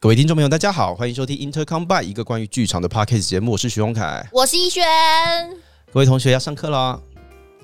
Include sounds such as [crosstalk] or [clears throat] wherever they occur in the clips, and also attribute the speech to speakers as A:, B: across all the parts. A: 各位听众朋友，大家好，欢迎收听 Intercom by 一个关于剧场的 podcast 节目，我是徐荣凯。
B: 我是逸轩，
A: 各位同学要上课啦！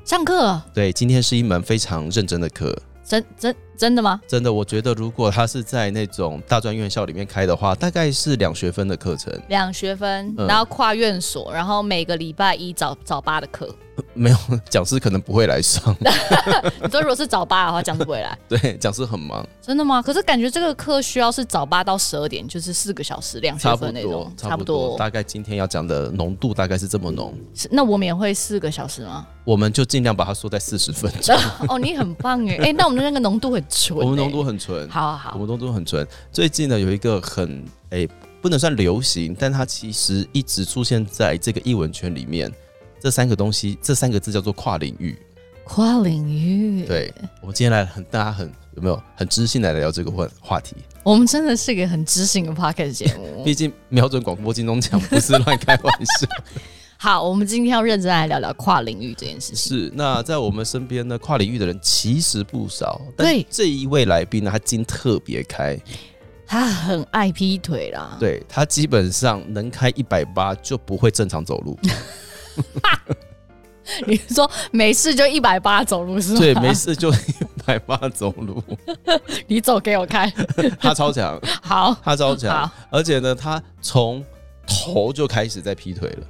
B: 上课
A: 对，今天是一门非常认真的课，
B: 真真真的吗？
A: 真的，我觉得如果他是在那种大专院校里面开的话，大概是两学分的课程，
B: 两学分，
A: 嗯
B: 然后跨院所，然后每个礼拜一早早八的课。 [laughs]
A: 没有讲师可能不会来上，
B: 你说如果是早八的话，讲不回来，
A: 对，讲师很忙，
B: 真的吗？可是感觉这个课需要是早八到十二点，就是四个小时，两学
A: 差不
B: 分那
A: 多
B: 种，，
A: 差不多，大概今天要讲的浓度大概是这么浓，
B: 是那我们也会四个小时吗？
A: 我们就尽量把它缩在四十分钟，
B: [laughs] 哦，你很棒哎，哎，那我们的那个浓度很纯，
A: 我们浓
B: 哎，
A: 度很纯，
B: 好好
A: 我
B: 好，
A: 们都都很纯。最近呢，有一个很诶、不能算流行，但它其实一直出现在这个译文圈里面。这三个东西，这三个字叫做跨领域。
B: 跨领域，
A: 对，我们今天来很大家很有没有很知性地来聊这个话话题？
B: 我们真的是一个很知性的 podcast 节目。
A: 毕竟瞄准广播金钟奖不是乱开玩 [laughs] 笑。
B: 好，我们今天要认真来聊聊跨领域这件事情。
A: 是，那在我们身边呢，跨领域的人其实不少。但
B: 对
A: 这一位来宾呢，他筋特别开，
B: 他很爱劈腿啦，
A: 对他基本上能开一百八就不会正常走路。
B: 你是说没事就一百八走路 [laughs] 是吗？
A: 对，没事就一百八走路，
B: 你走给我看。
A: 他超强，
B: 好，
A: 他超强
B: 好，
A: 而且呢，他从头就开始在劈腿了。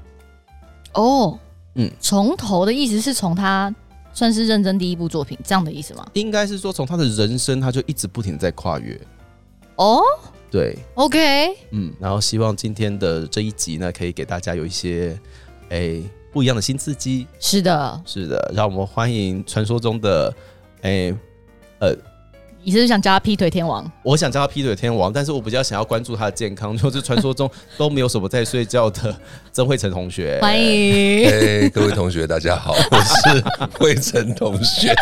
B: 哦，
A: 嗯
B: 嗯，从头的意思是从他算是认真第一部作品这样的意思吗？
A: 应该是说，从他的人生，他就一直不停地在跨越。
B: 哦
A: 对，
B: ，OK，
A: 嗯，然后希望今天的这一集呢，可以给大家有一些诶、不一样的新刺激。
B: 是的，
A: 是的，让我们欢迎传说中的哎诶、
B: 你是不是想叫他劈腿天王？
A: 我想叫他劈腿天王，但是我比较想要关注他的健康，就是传说中都没有什么在睡觉的曾慧成同学。
B: 欢迎。 [laughs]
C: 嘿，各位同学，大家好，我是魏晨同学。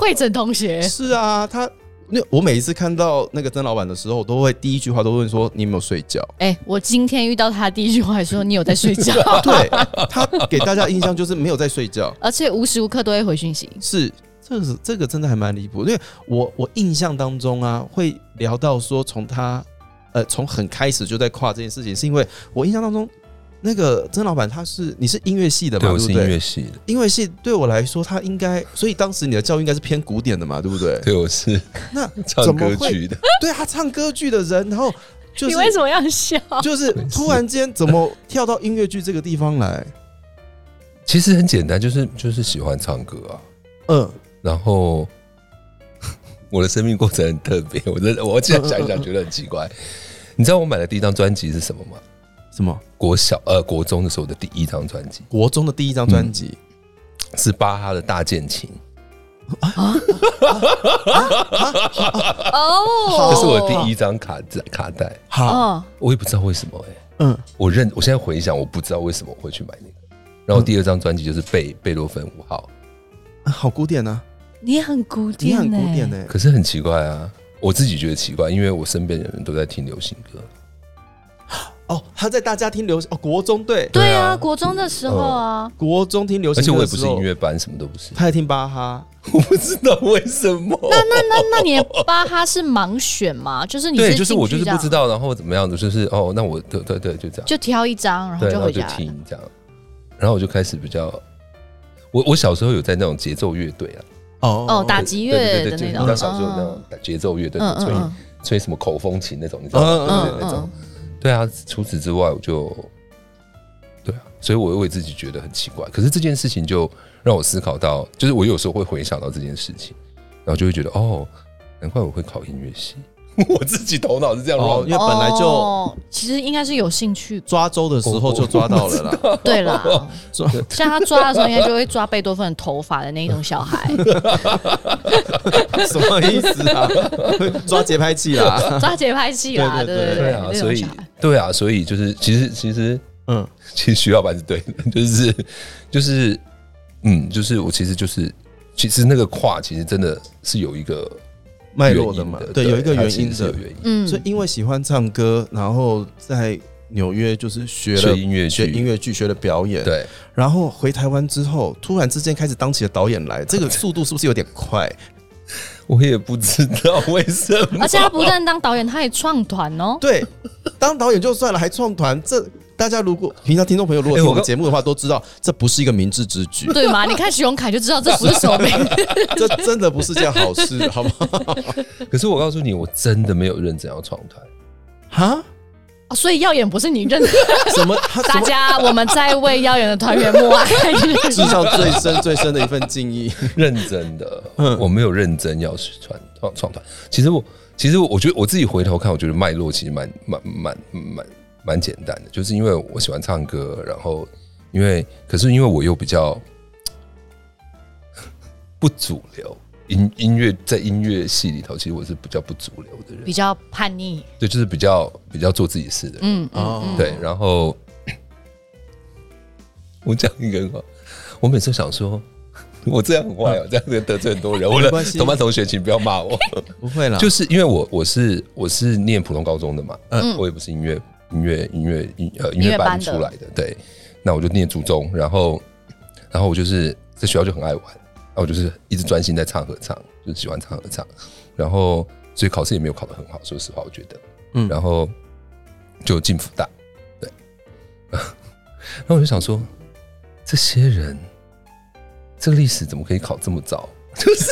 B: 慧晨同学，
A: 是啊，他那我每一次看到那个曾老板的时候，我都会第一句话都问说你有没有睡觉？
B: 哎、我今天遇到他第一句话还说你有在
A: [laughs]
B: 睡觉，
A: 对他给大家印象就是没有在睡觉，
B: 而且无时无刻都会回讯息。
A: 是这个这个真的还蛮离谱，因为我我印象当中啊，会聊到说从他呃从很开始就在跨这件事情，是因为我印象当中。那个曾老板他是你是音乐系的嘛，
C: [laughs] 对，
A: 对
C: 我
A: 不
C: 是音
A: 对？
C: 乐系的，
A: 音乐系对我来说，他应该，所以当时你的教育应该是偏古典的嘛，对不对？
C: 对，我是
A: 那
C: 唱
A: 怎么
C: 歌
A: 会
C: 剧的。
A: 对他唱歌剧的人，然后就是
B: 你为什么要笑？
A: [laughs] 就是突然间怎么跳到音乐剧这个地方来？
C: 其实很简单，就是就是喜欢唱歌啊。
A: 嗯，
C: 然后我的生命过程很特别，我真的我现在想一想觉得很奇怪。你知道我买的第一张专辑是什么吗？
A: 什么？
C: 国小呃国中的时候的第一张专辑
A: 国中的第一张专辑
C: 嗯是巴哈的大键琴，
B: 哦，
C: 这是我第一张卡带卡带。
A: 好，
B: 哦，
C: 我也不知道为什么哎、
A: 嗯，
C: 我认我现在回想，我不知道为什么我会去买那个。然后第二张专辑就是贝贝多芬五号，
A: 好古典啊，
B: 你也很古
A: 你
B: 典、欸，
A: 很古典呢、
C: 可是很奇怪啊，我自己觉得奇怪，因为我身边的人都在听流行歌，
A: 哦，他在大家听流行哦，国中对，哦
B: 对
C: 对
B: 啊，
C: 啊
B: 国中的时候啊，
A: 国中听流
C: 而
A: 行
C: 且
A: 歌
C: 我
A: 的
C: 也不
A: 时
C: 是
A: 候，，
C: 音乐班，什么都不是 [laughs]
A: 他在听巴哈，
C: 我不知道为什么。
B: 那那那你的巴哈是盲选吗？
C: [laughs]
B: 就是你
C: 对，
B: 进
C: 就是我就是
B: 去这样
C: 不知，道，然后怎么样子，就是哦，那我对对对，就这样，
B: 就挑一张，然后
C: 对，
B: 就
C: 然后
B: 回
C: 就
B: 家。
C: 听这样，然后我就开始比较，我我小时候有在那种节奏乐队啊，
A: 哦
B: 哦，打击乐
C: 对
B: 的那
C: 对对，就
B: 种，
C: 像小时候那
B: 嗯
C: 种节奏乐队
B: 嗯
C: 吹
B: 嗯
C: 吹什么口风琴那种，你知道吗？
A: 嗯嗯
C: 对对那种
B: 嗯，
C: 对啊，除此之外，我就对啊，所以我为自己觉得很奇怪。可是这件事情就让我思考到，就是我有时候会回想到这件事情，然后就会觉得哦，难怪我会考音乐系， [laughs] 我自己头脑是这样
A: 哦，
C: 乱
A: 因为本来就。
B: 嗯哦其实应该是有兴趣
A: 抓周的时候
C: 哦
A: 就抓到了
C: [laughs]
A: 啦，
B: 对啦，
A: 抓
B: 像他抓的时候，应该就会抓贝多芬的头发的那种小
C: [laughs]
B: 孩，
A: 什么意思啊？ [laughs] 抓节拍器啦，
B: 抓节拍器啦，
A: 对
B: 对
A: 对对
C: 对
B: 对，
C: 啊，
B: 那
C: 所
B: 种
C: 以
B: 小孩。
C: 对啊，所以就是其实其实
A: 嗯，
C: 其实徐老板是对的，就是就是嗯，就是我其实就是其实那个跨其实真的是有一个
A: 脉
C: 原
A: 络
C: 因
A: 的嘛，
C: 的，
A: 对，有一个
C: 它
A: 原
C: 其
A: 因
C: 实是
A: 的
C: 有，原因。
B: 嗯
A: 所以因为喜欢唱歌，然后在纽约就是学了
C: 学音乐
A: 学
C: 剧
A: 音乐剧，学了表演，
C: 对，
A: 然后回台湾之后，突然之间开始当起了导演来，这个速度是不是有点快？
C: 我也不知道为什么。 [laughs]
B: 而且他不但当导演，他也创团哦。
A: 对，当导演就算了，还创团，这大家如果平常听众朋友如果
C: 哎
A: 听
C: 我
A: 我们
C: 刚
A: 节目的话，都知道这不是一个明智之举，
B: 对嘛？你看徐荣凯就知道这不是什
C: [laughs]
B: 么名字。
A: 这真的不是件好事，好不好？
C: 可是我告诉你，我真的没有认真要创团。
A: 哈？
B: 哦所以耀眼不是你认的。
A: 什么？他什
B: 大
A: 么？
B: 家，我们在为耀眼的团员默哀。
C: [laughs]
B: [laughs]
A: 至上最深最深的一份敬意。
C: 认真的，
A: 嗯
C: 我没有认真要去创创创团。其实我，其实我觉得我自己回头看，我觉得脉络其实蛮蛮蛮蛮蛮简单的，就是因为我喜欢唱歌，然后因为可是因为我又比较 [sniffs] 不主流，音音乐在音乐系里头，其实我是比较不主流的人
B: 比，较叛逆，
C: 对，就是比较比较做自己事的人。
B: 嗯，
A: 哦
B: 嗯，嗯
C: 对，然后我讲一个很好，我每次想说，我这样很坏哦，这样子得罪很多人。我
A: 没
C: 的
A: 关系
C: 同班同学，请不要骂我。
A: 不会啦，
C: 就是因为我我是我是念普通高中的嘛，
B: 嗯
C: 我也不是音乐音乐音乐音呃音
B: 音
C: 乐
B: 乐
C: 班
B: 班的
C: 出来的，对。那我就念初中，然后然后我就是在学校就很爱玩，然后我就是一直专心在唱合唱，就是喜欢唱合唱，然后所以考试也没有考得很好，说实话，我觉得，
A: 嗯
C: 然后就进福大，对。 [laughs] 然后我就想说，这些人，这历史怎么可以考这么 [laughs] 早？就是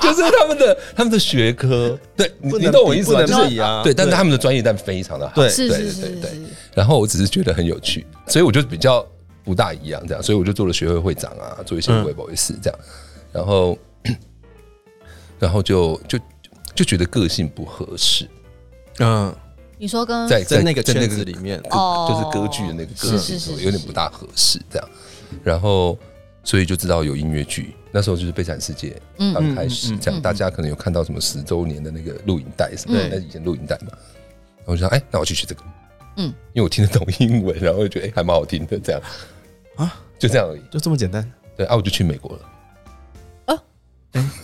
C: 就是他们的他们的学科，对，你
A: 不
C: 你
A: 能
C: 懂我
A: 比
C: 意思
A: 不
C: 吗？
A: 能
C: 就是
A: 比啊
C: 对，但是
A: 对
C: 他们的专业但非常的好，
A: 对
B: 是
C: 对
B: 是
C: 对
B: 是
C: 对
B: 是，
C: 然后我只是觉得很有趣，所以我就比较不大一样这样，所以我就做了学会会长啊，做一些
A: 嗯
C: 微博的事这样，然后然后就就就觉得个性不合适，
A: 嗯，
B: 你说跟
C: 在
A: 在那个
C: 在那
A: 圈
C: 个
A: 子里面，
C: 歌
B: 哦
C: 就是歌剧的那个歌
B: 是哦是是是
C: 有点不大合适这样，然后所以就知道有音乐剧，那时候就是《悲惨世界》
B: 嗯
C: 刚开始
A: 嗯嗯嗯
C: 这样，
B: 嗯
C: 大家可能有看到什么十周年的那个录影带什么的，
A: 嗯
C: 那以前录影带嘛，然后我就想，哎，那我去学这个，
B: 嗯
C: 因为我听得懂英文，然后我觉得哎还蛮好听的这样
A: 啊
C: 啊，就这样而已，
A: 就这么简单。
C: 对啊，我就去美国了，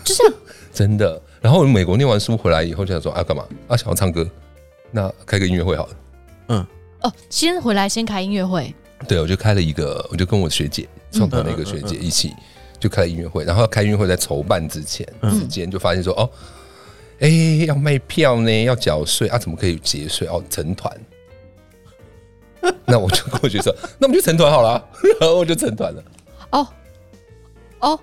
B: 就这样，
C: 真的，然后我美国念完书回来以后就想说啊干嘛啊想要唱歌，那开个音乐会好了。
B: 哦，先回来先开音乐会，
C: 对，我就开了一个，我就跟我学姐创团的一个学姐一起就开了音乐会，然后开音乐会在筹办之前之间就发现说哦，哎、要卖票呢，要缴税啊，怎么可以节税哦，成团。那我就跟我学姐说，那我们就成团好了啊，然后我就成团了。
B: 哦哦，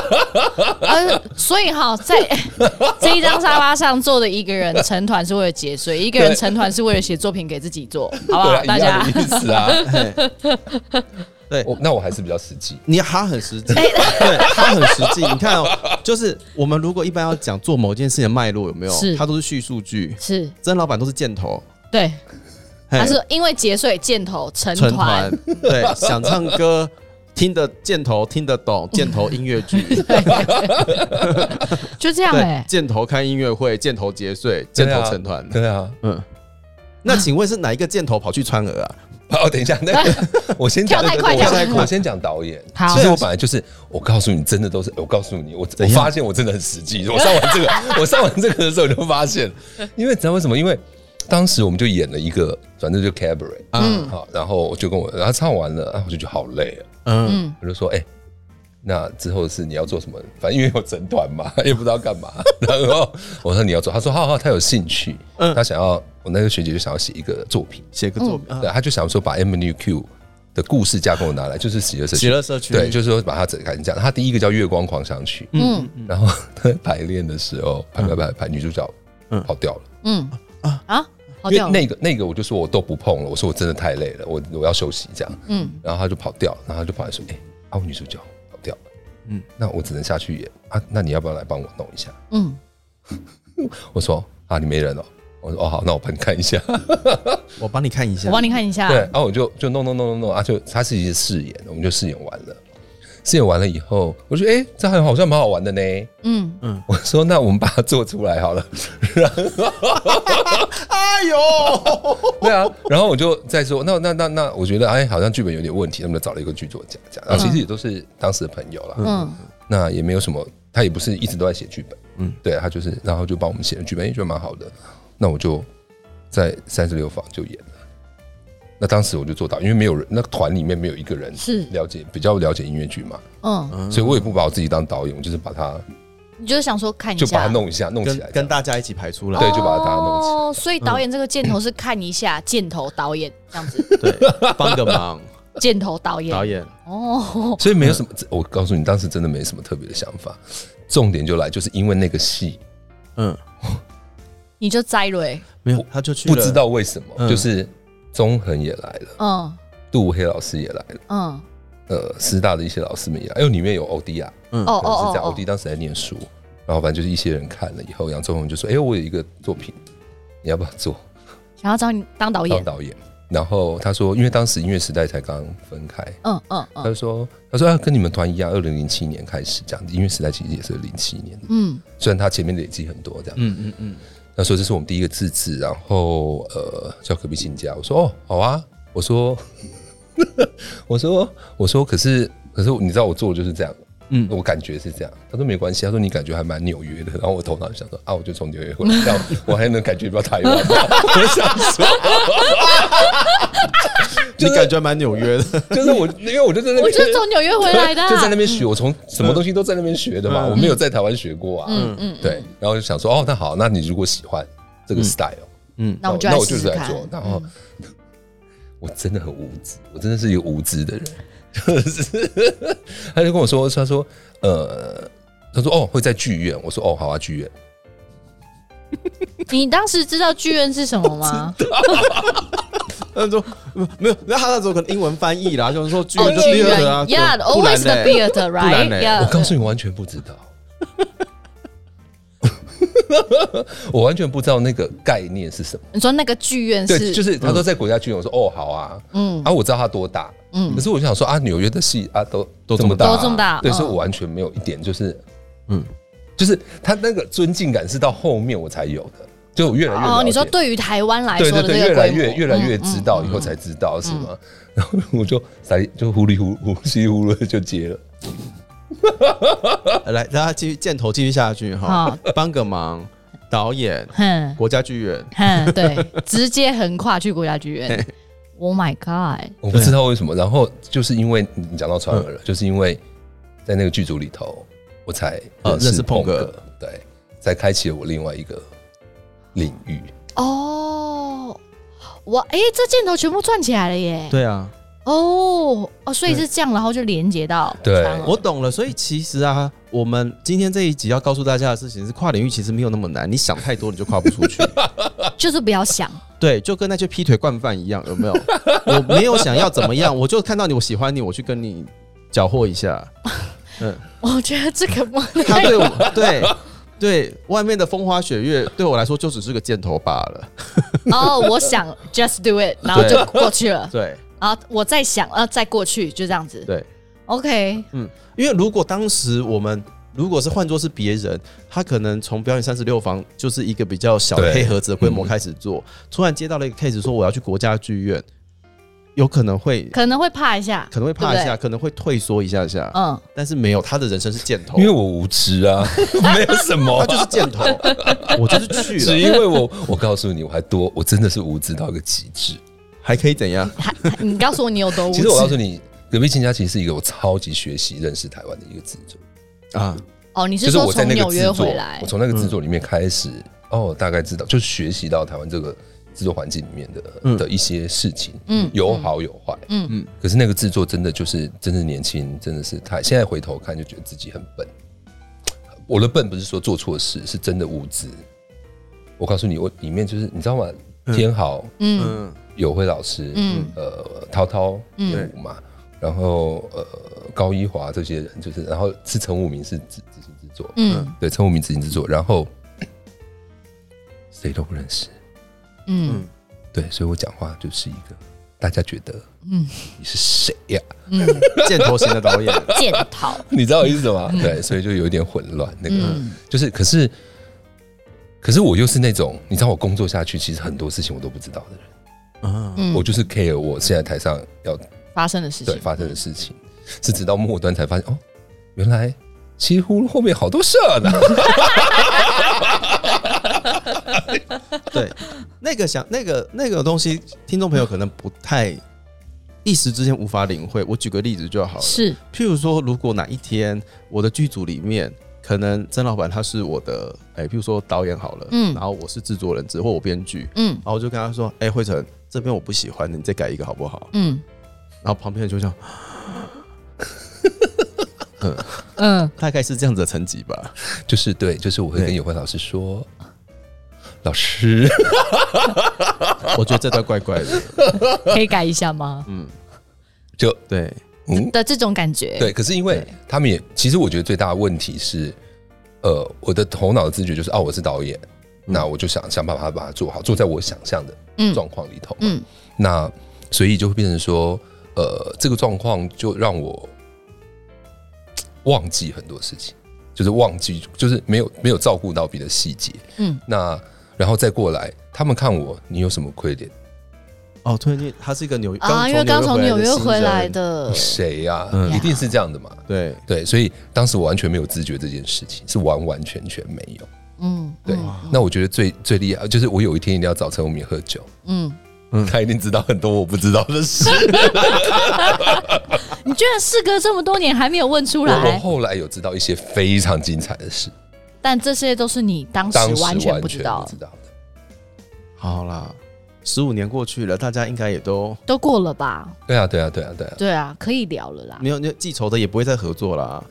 B: [laughs] 呃，所以哈，
C: [laughs]
B: 在这一张沙发上坐的一个人成团是为了节税，一个人
C: 对
B: 成团是为了写作品给自己做，好不
C: 对
B: 好？
C: 啊，
B: 大
C: 一
B: 家
C: 样的意思
B: [laughs]
C: 啊。
A: 嘿
C: [laughs]
A: 对，
C: 我那我还是比较实际，
A: 你他很实
B: 哎
A: 际，对他很实际。你看哦，就是我们如果一般要讲做某件事情的脉络，有没有？
B: 是
A: 他都是叙述句，
B: 是
A: 曾老板都是箭头，
B: 对，
A: 嘿
B: 他是因为节税箭头成
A: 成
B: 团
A: 团，对，想唱歌。听得箭头听得懂，箭头音乐
B: [laughs]
A: 剧，
B: 就这样
A: 对
B: 哎，，
A: 箭头开音乐会，箭头结税，
C: 啊
A: 箭头成团，
C: 对 [laughs] 啊。
A: 嗯。那请问是哪一个箭头跑去川俄啊？
C: 哦，等一下，那
B: 啊
C: [laughs] 个我先讲
B: 跳太快
C: 我
B: 跳
A: 太
C: 先
A: 快
C: 我先讲导演。
B: [laughs] 好
C: 其实我本来就是，我告诉你，真的都是，我告诉你，我我
A: 样
C: 发现我真的很实际。我上完这个， [laughs] 我上完这个的时候，我就发现，因为你知道为什么？因为当时我们就演了一个，反正就 cabaret，嗯，好，然后我就跟我，然后唱完了，然后我就觉得好累啊，
A: 嗯，
B: 嗯，
C: 我就说，哎、那之后是你要做什么？反正因为有整团嘛， [laughs] 也不知道干嘛。然后我说你要做，他说好好，他有兴趣，
A: 嗯
C: 他想要，我那个学姐就想要写一个作品。
A: 写个作品，
B: 嗯
A: 啊
C: 对，他就想说把 M N Q 的故事架构拿来，就是喜乐社区，
A: 喜乐社区
C: 对，就是说把它整改成这样。他第一个叫《月光狂想曲》，
A: 嗯
C: 然后他在排练的时候，排排排排，女主角
A: 嗯
C: 跑掉了，
B: 嗯啊，好
C: 因
B: 掉了，
C: 为那个那个我就说我都不碰了，我说我真的太累了，我我要休息这样，
B: 嗯
C: 然后他就跑掉，然后他就跑来说，哎，啊我女主角跑掉了，
A: 嗯
C: 嗯，那我只能下去演啊，那你要不要来帮我弄一下？
B: 嗯，
C: 我说啊你没人哦，我说哦好，那我帮你看一下。
A: 我帮你看一下，
B: 我帮你看一下，
C: 对，然后我就就弄弄弄弄弄啊，就他是一些试演，我们就试演完了。试演完了以后，我觉得哎、诶这还好像蛮好玩的呢。
B: 嗯，
C: 我说那我们把它做出来好了。
A: 哎
B: [laughs]
A: 呦，
C: 对啊，然后我就再说，那那那那，我觉得哎，好像剧本有点问题，那么就找了一个剧作家讲。然后其实也都是当时的朋友啦，
B: 嗯，
C: 那也没有什么，他也不是一直都在写剧本，嗯，对他就是，然后就帮我们写了剧本，也觉得蛮好的。那我就在三十六房就演了。那当时我就做到，因为没有人，那团里面没有一个人
B: 是
C: 了解比较了解音乐剧嘛，
B: 嗯，
C: 所以我也不把我自己当导演，我就是把它
B: 你就是想说嗯看一
C: 就把
B: 下
C: 它，弄一下，弄起来
A: 跟
C: 这
A: 跟
C: 样。
A: 大家一起排出来。
C: 对就把它搭弄起来
B: 哦，
A: 嗯
B: 所以导演这个箭头是看一下，箭头导演这样
A: [laughs]
B: 子，
A: 对，帮个
B: [laughs]
A: 忙，
B: 箭头导演
A: 导演。
B: 哦，
C: 所以没有什么，我告诉你，当时真的没什么特别的想法。重点就来，就是因为那个戏，
A: 嗯，
B: 你就栽欸蕊，
A: 没有，他就去
C: 不
A: 了 [laughs]
C: 知道为什么，
A: 嗯
C: 就是中恒也来了，
B: 嗯
C: 杜黑老师也来了，
B: 嗯，
C: 呃，师大的一些老师们也来，因哎为里面有欧弟啊，
B: 哦
C: 可能是
B: 哦
C: 在
B: 哦
C: 欧弟
B: 哦，
C: 当时在念书，然后反正就是一些人看了以后，杨宗恒就说：“哎、我有一个作品，你要不要做
B: 想要找你当导
C: 当
B: 演，
C: 导演？”然后他说：“因为当时音乐时代才刚分开，
B: 嗯嗯
C: 他就
B: 嗯
C: 说他说啊，跟你们团一样，二零零七年开始这样子，音乐时代其实也是零七年，
B: 嗯，
C: 虽然他前面累积很多这样。”
A: 嗯嗯嗯，
C: 那时候这是我们第一个自制，然后呃叫隔壁亲家，我说哦好啊，我说 [laughs] 我说我说可是可是你知道我做的就是这样，
A: 嗯
C: 我感觉是这样。他说没关系，他说你感觉还蛮纽约的，然后我头脑就想说啊，我就从纽约回来，这样我还能感觉到台湾，我想说
A: 你感觉蛮纽约的，
C: [laughs]
A: [laughs]
C: 就是我因为我就在那边，
B: 我就是从纽约回来的啊，
C: 就在那边学，我从什么东西都在那边学的嘛，
A: 嗯
C: 我没有在台湾学过啊，
B: 嗯嗯，嗯
C: 对，，然后就想说哦那好，那你如果喜欢这个
A: 嗯
C: style。
A: 嗯，
B: 那我就
C: 哦那
B: 来
C: 我
B: 试
C: 就是
B: 试
C: 来
B: 看
C: 做，，然后
B: 嗯
C: [laughs] 我真的很无知，我真的是一个无知的人， [laughs] 就是他就跟我说，他说呃，他说哦会在剧院，我说哦好啊剧院，
B: 你当时知道剧院是什么
C: [laughs]
B: 吗？
A: 那时候没有，那他那时候可能英文翻译啦，就是说剧
B: 哦，
A: 就
B: 剧
A: 第
B: 院
A: 二的啊，不然
B: ，Yeah，always the
A: 嘞，
B: theater,
A: 然欸
B: right?
A: 嘞
B: Yeah，
C: 我告诉你我完全不知道， [laughs] 我完全不知道那个概念是什么，
B: 你说那个剧院
C: 对，
B: 是，
C: 就是他说在国家剧院，我说哦好啊，
B: 嗯
C: 啊我知道它多大，
B: 嗯
C: 可是我就想说啊纽约的戏啊都
A: 都
C: 这么
A: 这
C: 大
A: 么
C: 啊，
B: 大都这么大
C: 对，
B: 嗯
C: 所以我完全没有一点就是
A: 嗯，
C: 就是他那个尊敬感是到后面我才有的，就我越来越了
B: 哦，
C: 解
B: 你说对于台湾来
C: 对
B: 说
C: 对
B: 的这
C: 对，
B: 个
C: 越来
B: 规模
C: 越越来越知道
B: 嗯
C: 以
B: 嗯
C: 后才知道是吗？ [laughs] 然后我就傻就糊里糊糊稀里糊涂的就接了，
A: 来，大家继续箭头继续下去哈
B: 好，
A: 帮个忙，导演，
B: 哼
A: 国家剧院，
B: 哼，嗯对，直接横跨去国家剧院。Oh
C: [laughs]
B: my god！
C: 我不
A: 啊
C: 知道为什么。然后就是因为你讲到川
A: 嗯
C: 儿了，就是因为在那个剧组里头，我才
A: 呃认识
C: 碰
A: 碰哥
C: 哥，对，才开启了我另外一个领域。
B: 哦，哇，哎，这箭头全部转起来了耶！
A: 对啊，
B: 哦哦，所以是这样，然后就连接
C: [laughs]
B: 到
C: 对
B: 川儿
A: 我懂了，所以其实啊，我们今天这一集要告诉大家的事情是，跨领域其实没有那么难，你想太多你就跨不出 [laughs] 去。
B: 就是不要想，
A: 对，就跟那些劈腿惯犯一样，有没 [laughs] 有？我没有想要怎么样，我就看到你，我喜欢你，我去跟你搅和一下。
B: 我觉得这个不
A: 他对我，对对，外面的风花雪月对我来说就只是个箭头罢了。
B: [laughs] 哦，我想 just do it，然后就过去了。
A: 对
B: 啊，我再想，呃，再过去，就这样子。
A: 对，
B: OK，
A: 因为如果当时我们如果是换作是别人，他可能从表演三十六房就是一个比较小的
C: 对嗯
A: 黑盒子的规模开始做，突然接到了一个 case 说我要去国家剧院，有可能会
B: 可能会怕一下，
A: 可能会怕一
B: 对
A: 下，
B: 不
A: 可能会退缩一下下，
B: 嗯，
A: 但是没有，他的人生是箭头
C: 因为。我无
A: [laughs]
C: 知啊，没有什么
A: 他就是箭头，我就是去
C: 只
A: 了，
C: 因为我，我告诉你，我还多，我真的是无知到一个极致。
A: 还可以怎样？
B: 还还你告诉我你有多无
C: 其
B: 知
C: 实我告诉你，隔壁亲家其实是一个我超级学习认识台湾的一个制作，
A: 啊，
B: 哦，你
C: 就是
B: 说
C: 我在
B: 从
C: 那个
B: 纽
C: 制
B: 约
C: 作
B: 回来，
C: 我从那个制作里面开始，哦，大概知道，就是学习到台湾这个制作环境里面的、
A: 嗯
C: 的一些事情，
B: 嗯
C: 有好有坏，
B: 嗯
A: 嗯
C: 嗯。可是那个制作真的就是，真的年轻，真的是太，现在回头看就觉得自己很笨。我的笨不是说做错事，是真的无知。我告诉你，我里面就是你知道吗？天豪，
B: 嗯
A: 嗯，
C: 友辉老师，
B: 嗯
C: 呃，涛涛演舞嘛，然后呃，高一华这些人就是，然后是陈武明是执执行制作，
B: 嗯
C: 对，陈武明执行制作，然后 [coughs] 谁都不认识，
B: 嗯
C: 对，所以我讲话就是一个大家觉得
B: 嗯
C: 你是谁呀、 [laughs]
B: 嗯，
A: 箭头型的导演，
B: [laughs] 检讨，
C: 你知道我意思吗？对，所以就有一点混乱，那个、
B: 嗯
C: 就是，可是可是我又是那种，你知道我工作下去，其实很多事情我都不知道的人，
A: 嗯，
B: 嗯，
C: 我就是 care 我现在台上要
B: 发生的事
C: 对
B: 情，
C: 发生的事情，是直到末端才发现哦，原来西湖后面好多社呢。
A: 对，那个想那个那个东西，听众朋友可能不太一时之间无法领会。我举个例子就好了，
B: 是
A: 譬如说，如果哪一天我的剧组里面可能曾老板他是我的，哎、譬如说导演好了，
B: 嗯
A: 然后我是制作人，只或我编剧，
B: 嗯
A: 然后我就跟他说，哎、惠成这边我不喜欢，你再改一个好不好？
B: 嗯
A: 然后旁边人就想，
B: 嗯，
A: 大概是这样子的层级吧。
C: 就是对，就是我会跟
A: 对
C: 有慧老师说，老师，
A: 我觉得这段怪怪的，
B: 可以改一下吗？
A: 嗯，
C: 就
A: 对，
C: 嗯，
B: 的这种感觉，
C: 对。可是因为
A: 对
C: 他们也，其实我觉得最大的问题是，呃，我的头脑的知觉就是，哦，我是导演，那我就想想办法把它做好，做在我想象的
B: 嗯
C: 状况里头。
B: 嗯
C: 那所以就会变成说，呃，这个状况就让我忘记很多事情，就是忘记，就是没有没有照顾到别的细节。
B: 嗯，
C: 那然后再过来，他们看我，你有什么亏点？
A: 哦，突然间他是一个纽
B: 啊，因为刚从纽约回来，的，
C: 谁呀、
A: 嗯
C: 一定是这样的嘛。
A: 新人
C: 对，所以当时我完全没有自觉这件事情，是完完全全没有。
B: 嗯，
C: 对，
B: 嗯
C: 那我觉得最最厉害就是我有一天一定要找陈无名喝酒，
B: 嗯，
C: 他一定知道很多我不知道的事。
B: 你居然事隔这么多年还没有问出
C: 我我
B: 来，
C: 后来有知道一些非常精彩的事，
B: 但这些都是你当时
C: 当时
B: 完全
C: 不
B: 不知道，
C: 的。
A: 对，好啦，十五年过去了，大家应该也都
B: 都过了吧？
C: 对啊，对啊，对
B: [laughs]
C: 啊，对啊，
B: 对啊，可以聊了啦
A: 没。有那记仇的也不会再合作啦。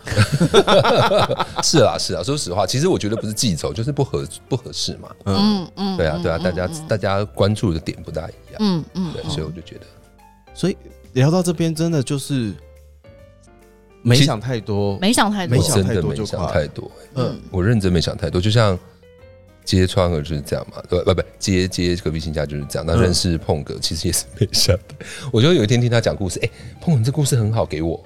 C: 是啊，是啊。说实话，其实我觉得不是记仇，就是不合不合适嘛。
B: 嗯嗯，
C: 对啊
B: 嗯，
C: 对啊，
B: 嗯
C: 大家大家关注的点不大一样，
B: 嗯嗯，
C: 对，
B: 嗯
C: 所以我就觉得
A: 所以聊到这边，真的就是没
C: 其实
A: 想太多，
B: 没想太多
A: 没
C: 我，
A: 想
C: 真
A: 太
C: 的
A: 多
C: 没
A: 就
C: 想
A: 挂了
C: 太多，欸
A: 嗯
B: 嗯
C: 我认真没想太多，就像接川河就是这样嘛，呃对不不接接隔壁新家就是这样。那
A: 嗯
C: 认识碰哥其实也是没想的，我就有一天听他讲故事，哎、碰哥你这故事很好，给我。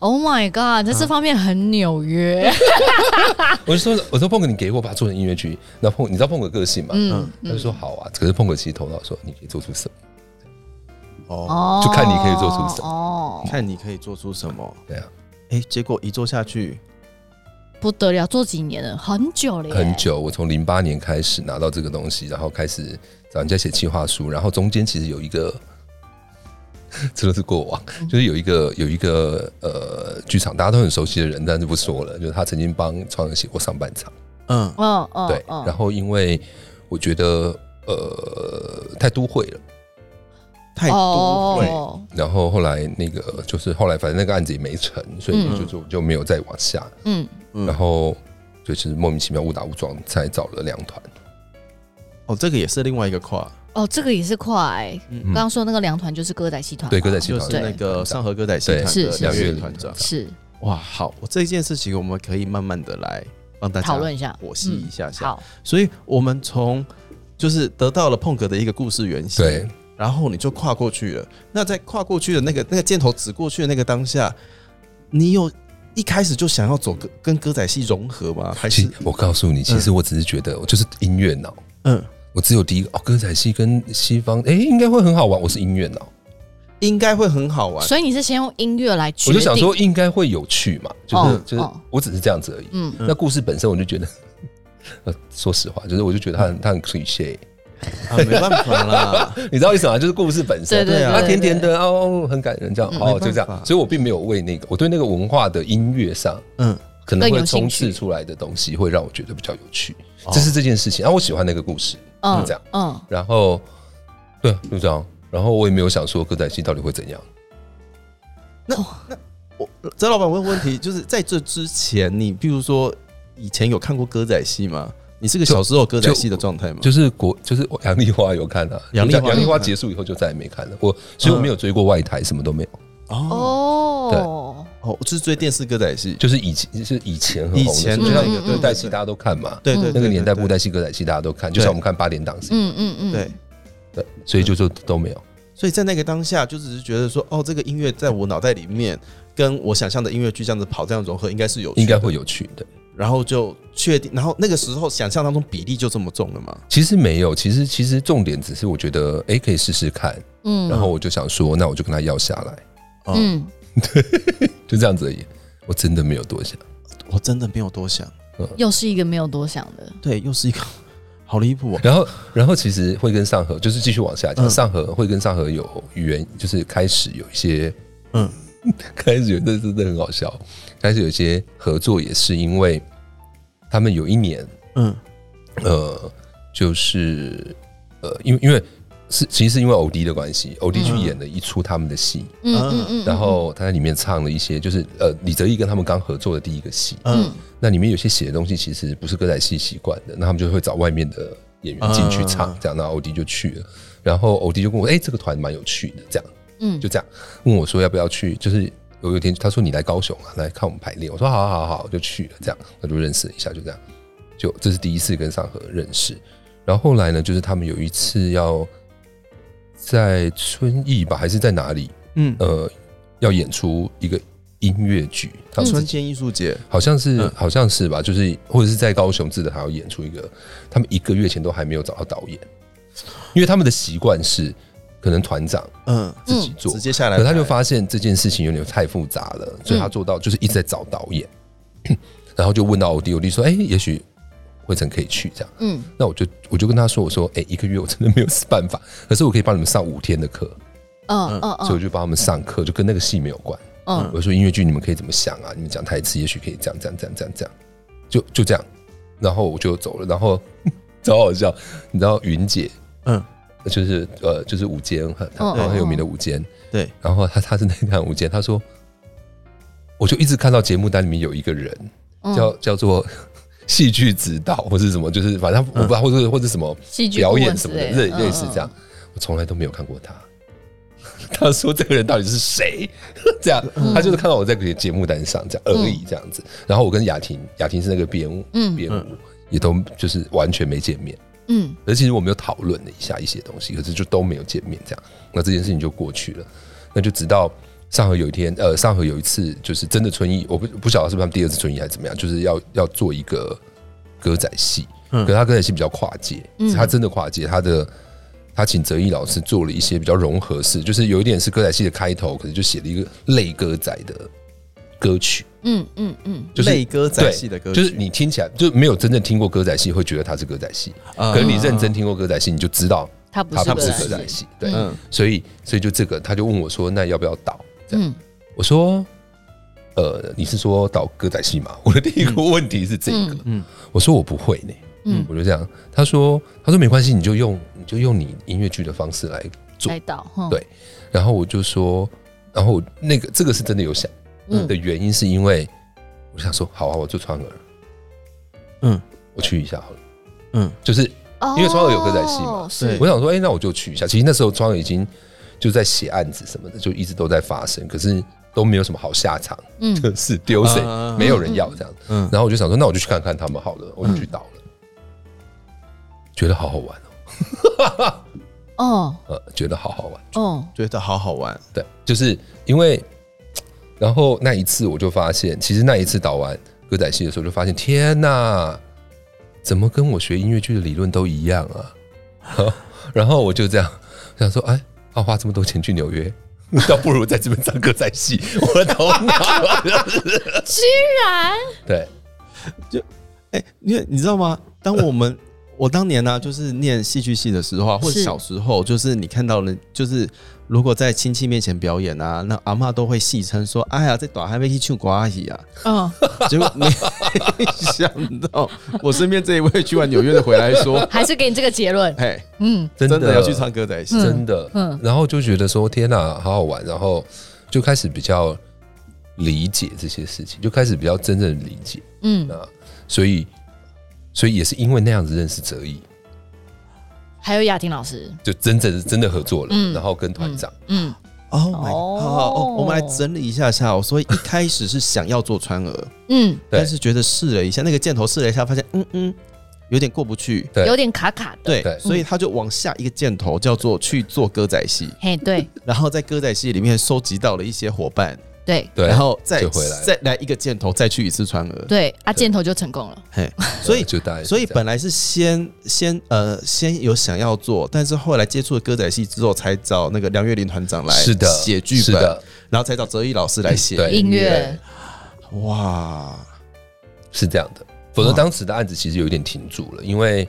B: Oh my god，在这
C: 嗯
B: 方面很纽约。
C: 我就说我说碰哥你给我把它做成音乐剧，然后碰你知道碰哥个性嘛，
B: 嗯，
C: 他就说好啊，可是碰哥其实头脑说你可以做出什么。
A: 哦，
B: 哦
C: 就看你可以做出什么
B: 哦，
A: 看你可以做出什么。
C: 对啊，
A: 哎，结果一做下去，
B: 不得了，做几年了，很久了耶，
C: 很久，我从零八年开始拿到这个东西，然后开始找人家写企划书，然后中间其实有一个， [laughs] 这都是过往，就是有一个有一个呃剧场大家都很熟悉的人，但是不说了，就是他曾经帮创人写过上半场，
A: 嗯，
B: 嗯。嗯
C: 对，
B: 嗯，
C: 然后因为我觉得呃太都会了，
A: 太多会，
B: 哦，
C: 然后后来那个就是后来反正那个案子也没成，所以
B: 嗯
C: 就就就没有再往下，
B: 嗯，
A: 嗯
C: 然后就是莫名其妙误打误撞才找了两团，
A: 哦，这个也是另外一个跨，
B: 哦，这个也是快，刚刚说那个两团就是歌仔戏团嘛，
C: 对歌仔戏
A: 就
C: 团
A: 是那个上河歌仔戏团
B: 是
A: 的
B: 是
A: 梁
C: 是
A: 月团长。
B: 是
A: 哇，好，我这件事情我们可以慢慢的来帮大家
B: 讨论一下，
A: 剖析一下下。
B: 好，
A: 所以我们从就是得到了碰哥的一个故事原型，
C: 对，
A: 然后你就跨过去了。那在跨过去的那个那个箭头指过去的那个当下，你有一开始就想要走跟跟歌仔戏融合吗？还
C: 其
A: 是
C: 实我告诉
B: 嗯
C: 你，其实我只是觉得，我就是音乐脑，
A: 嗯，
C: 我只有第一个哦，歌仔戏跟西方，哎、应该会很好玩。我是音乐脑，
A: 应该会很好玩。
B: 所以你是先用音乐来决
C: 我
B: 定，
C: 就想说应该会有趣嘛，就是、
B: 哦
C: 就是
B: 哦，
C: 我只是这样子而已。
B: 嗯，
A: 嗯
C: 那故事本身，我就觉得， [laughs] 呃，说实话，就是我就觉得
B: 嗯
C: 它很它很 cliché，
A: 啊，没办法啦， [laughs]
C: 你知道为什么？就是故事本
B: 对
C: 身，
B: 对
A: 对
C: 它
B: 对
C: 甜甜的哦，很感人，这样
B: 嗯
A: 没
C: 哦，
A: 办法
C: 就这样。所以我并没有为那个我对那个文化的音乐上
A: 嗯，
C: 可能
B: 更
C: 会
B: 有兴
C: 冲
B: 趣
C: 刺出来的东西，会让我觉得比较有趣
A: 哦。
C: 这是这件事情，啊，我喜欢那个故事，
B: 嗯
C: 就这样。
B: 嗯，
C: 然后，对，就这样。然后我也没有想说歌仔戏到底会怎样。
A: 我张老板，我有问题，就是在这之前，你比如说以前有看过歌仔戏吗？你是个
C: 就
A: 小时候歌仔戏的状态吗？
C: 就是国，就是我杨丽花有看啊，
A: 嗯杨丽花嗯
C: 就杨丽花结束以后就再也没看了。我所以我没有追过外台，什么都没有。
A: 哦
B: 哦，
A: 哦，我是追电视歌仔戏，
C: 就是以前，就是以前很红的
A: 以前
C: 时候就像一
B: 嗯嗯
C: 个
B: 嗯
C: 歌仔戏，大家都看嘛。
A: 对对，
C: 那个年代布
A: 对
C: 袋戏、歌仔戏大家都看，就
A: 对
C: 像我们看八点档是一
B: 嗯
C: 样，
B: 嗯嗯，
A: 对，嗯
C: 对，所以就就都没有。
A: 所以在那个当下，就只是觉得说，哦，这个音乐在我脑袋里面跟我想象的音乐剧这样子跑这样融合，应该是有趣的
C: 应该会有趣的。
A: 然后就确定，然后那个时候想象当中比例就这么重了嘛？
C: 其实没有，其实其实重点只是我觉得，哎、可以试试看。
B: 嗯，
C: 然后我就想说，那我就跟他要下来，
B: 嗯，
C: 就这样子而已。我真的没有多想。
A: 我真的没有多想，
B: 又是一个没有多想的，
A: 对，又是一个好离谱哦。
C: 然后，然后其实会跟上河，就是继续往下讲，
A: 嗯
C: 上河会跟上河有语言，就是开始有一些
A: 嗯
C: [laughs] 开始觉得真的很好笑。开始有一些合作也是因为他们有一年，
A: 嗯
C: 呃，就是呃，因为因为是其实是因为欧弟的关系，欧弟去
A: 嗯
C: 演了一出他们的戏，
B: 嗯嗯嗯，
C: 然后他在里面唱了一些，就是呃李泽义跟他们刚合作的第一个戏，
B: 嗯
A: 嗯
C: 那里面有些写的东西其实不是歌仔戏习惯的，那他们就会找外面的演员进去唱
A: 嗯，
C: 这样，那欧弟就去了，然后欧弟就跟我说，哎、这个团蛮有趣的，这样。
B: 嗯
C: 就这样问我说要不要去，就是有一天他说你来高雄啊，来看我们排练，我说好啊好啊好啊，我就去了，这样那就认识了一下，就这样，就这是第一次跟上河认识，然后后来呢，就是他们有一次要在春意吧，还是在哪里，
A: 嗯，
C: 呃，要演出一个音乐剧，他们自
A: 春
C: 己
A: 天艺术节，
C: 好像是、
A: 嗯
C: 好像是吧，就是或者是在高雄自的还要演出一个，他们一个月前都还没有找到导演，因为他们的习惯是可能团长
A: 嗯，
C: 自己
B: 嗯
C: 做
A: 直。接下来，
C: 可他就，发现这件事情有点太复杂了，所以他
B: 嗯
C: 做到就是一直在找导演， [coughs] 然后就问到欧弟，欧弟说：“哎、也许惠成可以去这样。
B: 嗯”
C: 那我就我就跟他说：“我说，哎、一个月我真的没有办法，可是我可以帮你们上五天的课，
B: 嗯嗯
C: 所以我
B: 嗯
C: 就帮他们上课，就跟那个戏没有关。
B: 嗯
C: 我说音乐剧你们可以怎么想啊？你们讲台词也许可以这样这样这样这样这样，就就这样。然后我就走了，然后超好笑，你知道云姐
A: 嗯，
C: 就是呃，就是午间很
B: 嗯
C: 很
A: 嗯
C: 很有名的午间，
A: 对，
C: 然后他他是那趟午间，他说，我就一直看到节目单里面有一个人
B: 嗯，
C: 叫叫做戏剧指导或是什么，就是反正他我不知道，或者或者什么
B: 戏剧
C: 表
B: 顾
C: 演
B: 问
C: 什么
B: 之
C: 的，
B: 类
C: 类
B: 的
C: 类似这样，我从来都没有看过他。 [laughs] 他说这个人到底是谁？ [laughs] 这样，他就是看到我在这个节目单上这样而已，这样子。然后我跟雅婷，雅婷是那个编舞，
B: 嗯
C: 编舞也都就是完全没见面。
B: 嗯
C: 而其实我们有讨论了一下一些东西，可是就都没有见面，这样，那这件事情就过去了。那就直到上河有一天，呃，上河有一次就是真的春意，我不不晓得是不是他们第二次春意还是怎么样，就是要要做一个歌仔戏，
A: 嗯
C: 可是他歌仔戏比较跨界，
B: 嗯
C: 他真的跨界，他的他请泽一老师做了一些比较融合式，就是有一点是歌仔戏的开头，可是就写了一个类歌仔的歌曲，
B: 嗯嗯嗯
C: 就是
A: 类歌仔戏的歌曲，
C: 就是你听起来就没有真正听过歌仔戏，会觉得它是歌仔戏，
A: 嗯，
C: 可是你认真听过歌仔戏，你就知道。
B: 他不
C: 他
B: 是
C: 不
B: 个
C: 是
B: 人
C: 歌仔戏，对，
A: 嗯，嗯，
C: 所以所以就这个，他就问我说，那要不要导？这样，
B: 嗯
C: 我说，呃，你是说导歌仔戏吗？我的第一个问题是这个，
A: 嗯
C: 我说我不会呢，
B: 嗯
C: 我就这样，他说他说没关系，你就用你就用你音乐剧的方式来，做
B: 来导哈
C: 对然后我就说，然后我那个这个是真的有想
B: 嗯
C: 的原因，是因为我想说，好啊，我做川儿，
A: 嗯
C: 我去一下好了，
A: 嗯
C: 就是因为双耳有歌仔戏嘛
B: 哦是
C: 我想说，哎、那我就去一下。其实那时候庄已经就在写案子什么的，就一直都在发生，可是都没有什么好下场，
B: 嗯
C: 就是丢谁、
A: 啊
C: 没有人要这样。
A: 嗯
C: 然后我就想说，那我就去看看他们好了，我就去导了，觉得好好玩
B: 哦
C: 哦，呃，觉得好好玩。
B: 哦
A: 觉得好好玩，
C: 对，就是因为，然后那一次我就发现，其实那一次导完歌仔戏的时候，就发现天哪，怎么跟我学音乐剧的理论都一样啊？然后我就这样想说，哎，要花这么多钱去纽约。 [laughs] 倒不如在这边唱歌仔戏，我
A: [laughs]
C: 的头脑
B: 居然
C: 对，
A: 哎、因为你知道吗？当我们我当年呢、就是念戏剧系的时候啊，或者
B: 是
A: 小时候，就是你看到了，就是如果在亲戚面前表演啊，那阿嬷都会戏称说：“哎呀，这短还没去唱瓜戏啊。
B: 嗯”
A: 结果没 [laughs] 想到，我身边这一位去完纽约的回来说
B: 还是给你这个结
C: [laughs]
B: 论：“
A: 哎，
B: 嗯
C: 真
A: 真
C: 的
A: 的要去唱歌仔戏。
C: 真的，
B: 嗯
C: 然后就觉得说天哪、好好玩，然后就开始比较理解这些事情，就开始比较真正的理解，
B: 嗯
C: 那所以，所以也是因为那样子认识泽毅，
B: 还有雅婷老师
C: 就真正真的合作了，
B: 嗯
C: 然后跟团长，
B: 嗯
A: Oh my！
B: 哦
A: 好好哦，我们来整理一下下、哦。所以一开始是想要做川儿，
B: 嗯
A: 但是觉得试了一下那个箭头，试了一下，发现嗯嗯，有点过不去。
C: 对
B: 有点卡卡的
A: 对，
C: 对
A: 所以他就往下一个箭头叫做去做歌仔戏，
B: 嘿对
A: 然后在歌仔戏里面收集到了一些伙伴，
B: 对
C: 对，
A: 然后再
C: 就回来了
A: 再来一个箭头，再去一次川俄。
B: 对啊箭头就成功了
A: 嘿，所以
C: 就大概是
A: 所以
C: 这样
A: 本来是先先呃先有想要做，但是后来接触了歌仔戏之后，才找那个梁月玲团长来
C: 是的
A: 写剧
C: 是
A: 本，
C: 的，
A: 然后才找泽一老师来写。
C: 对
B: 音乐
C: 对
A: 哇，
C: 是这样的，否则当时的案子其实有一点停住了，因为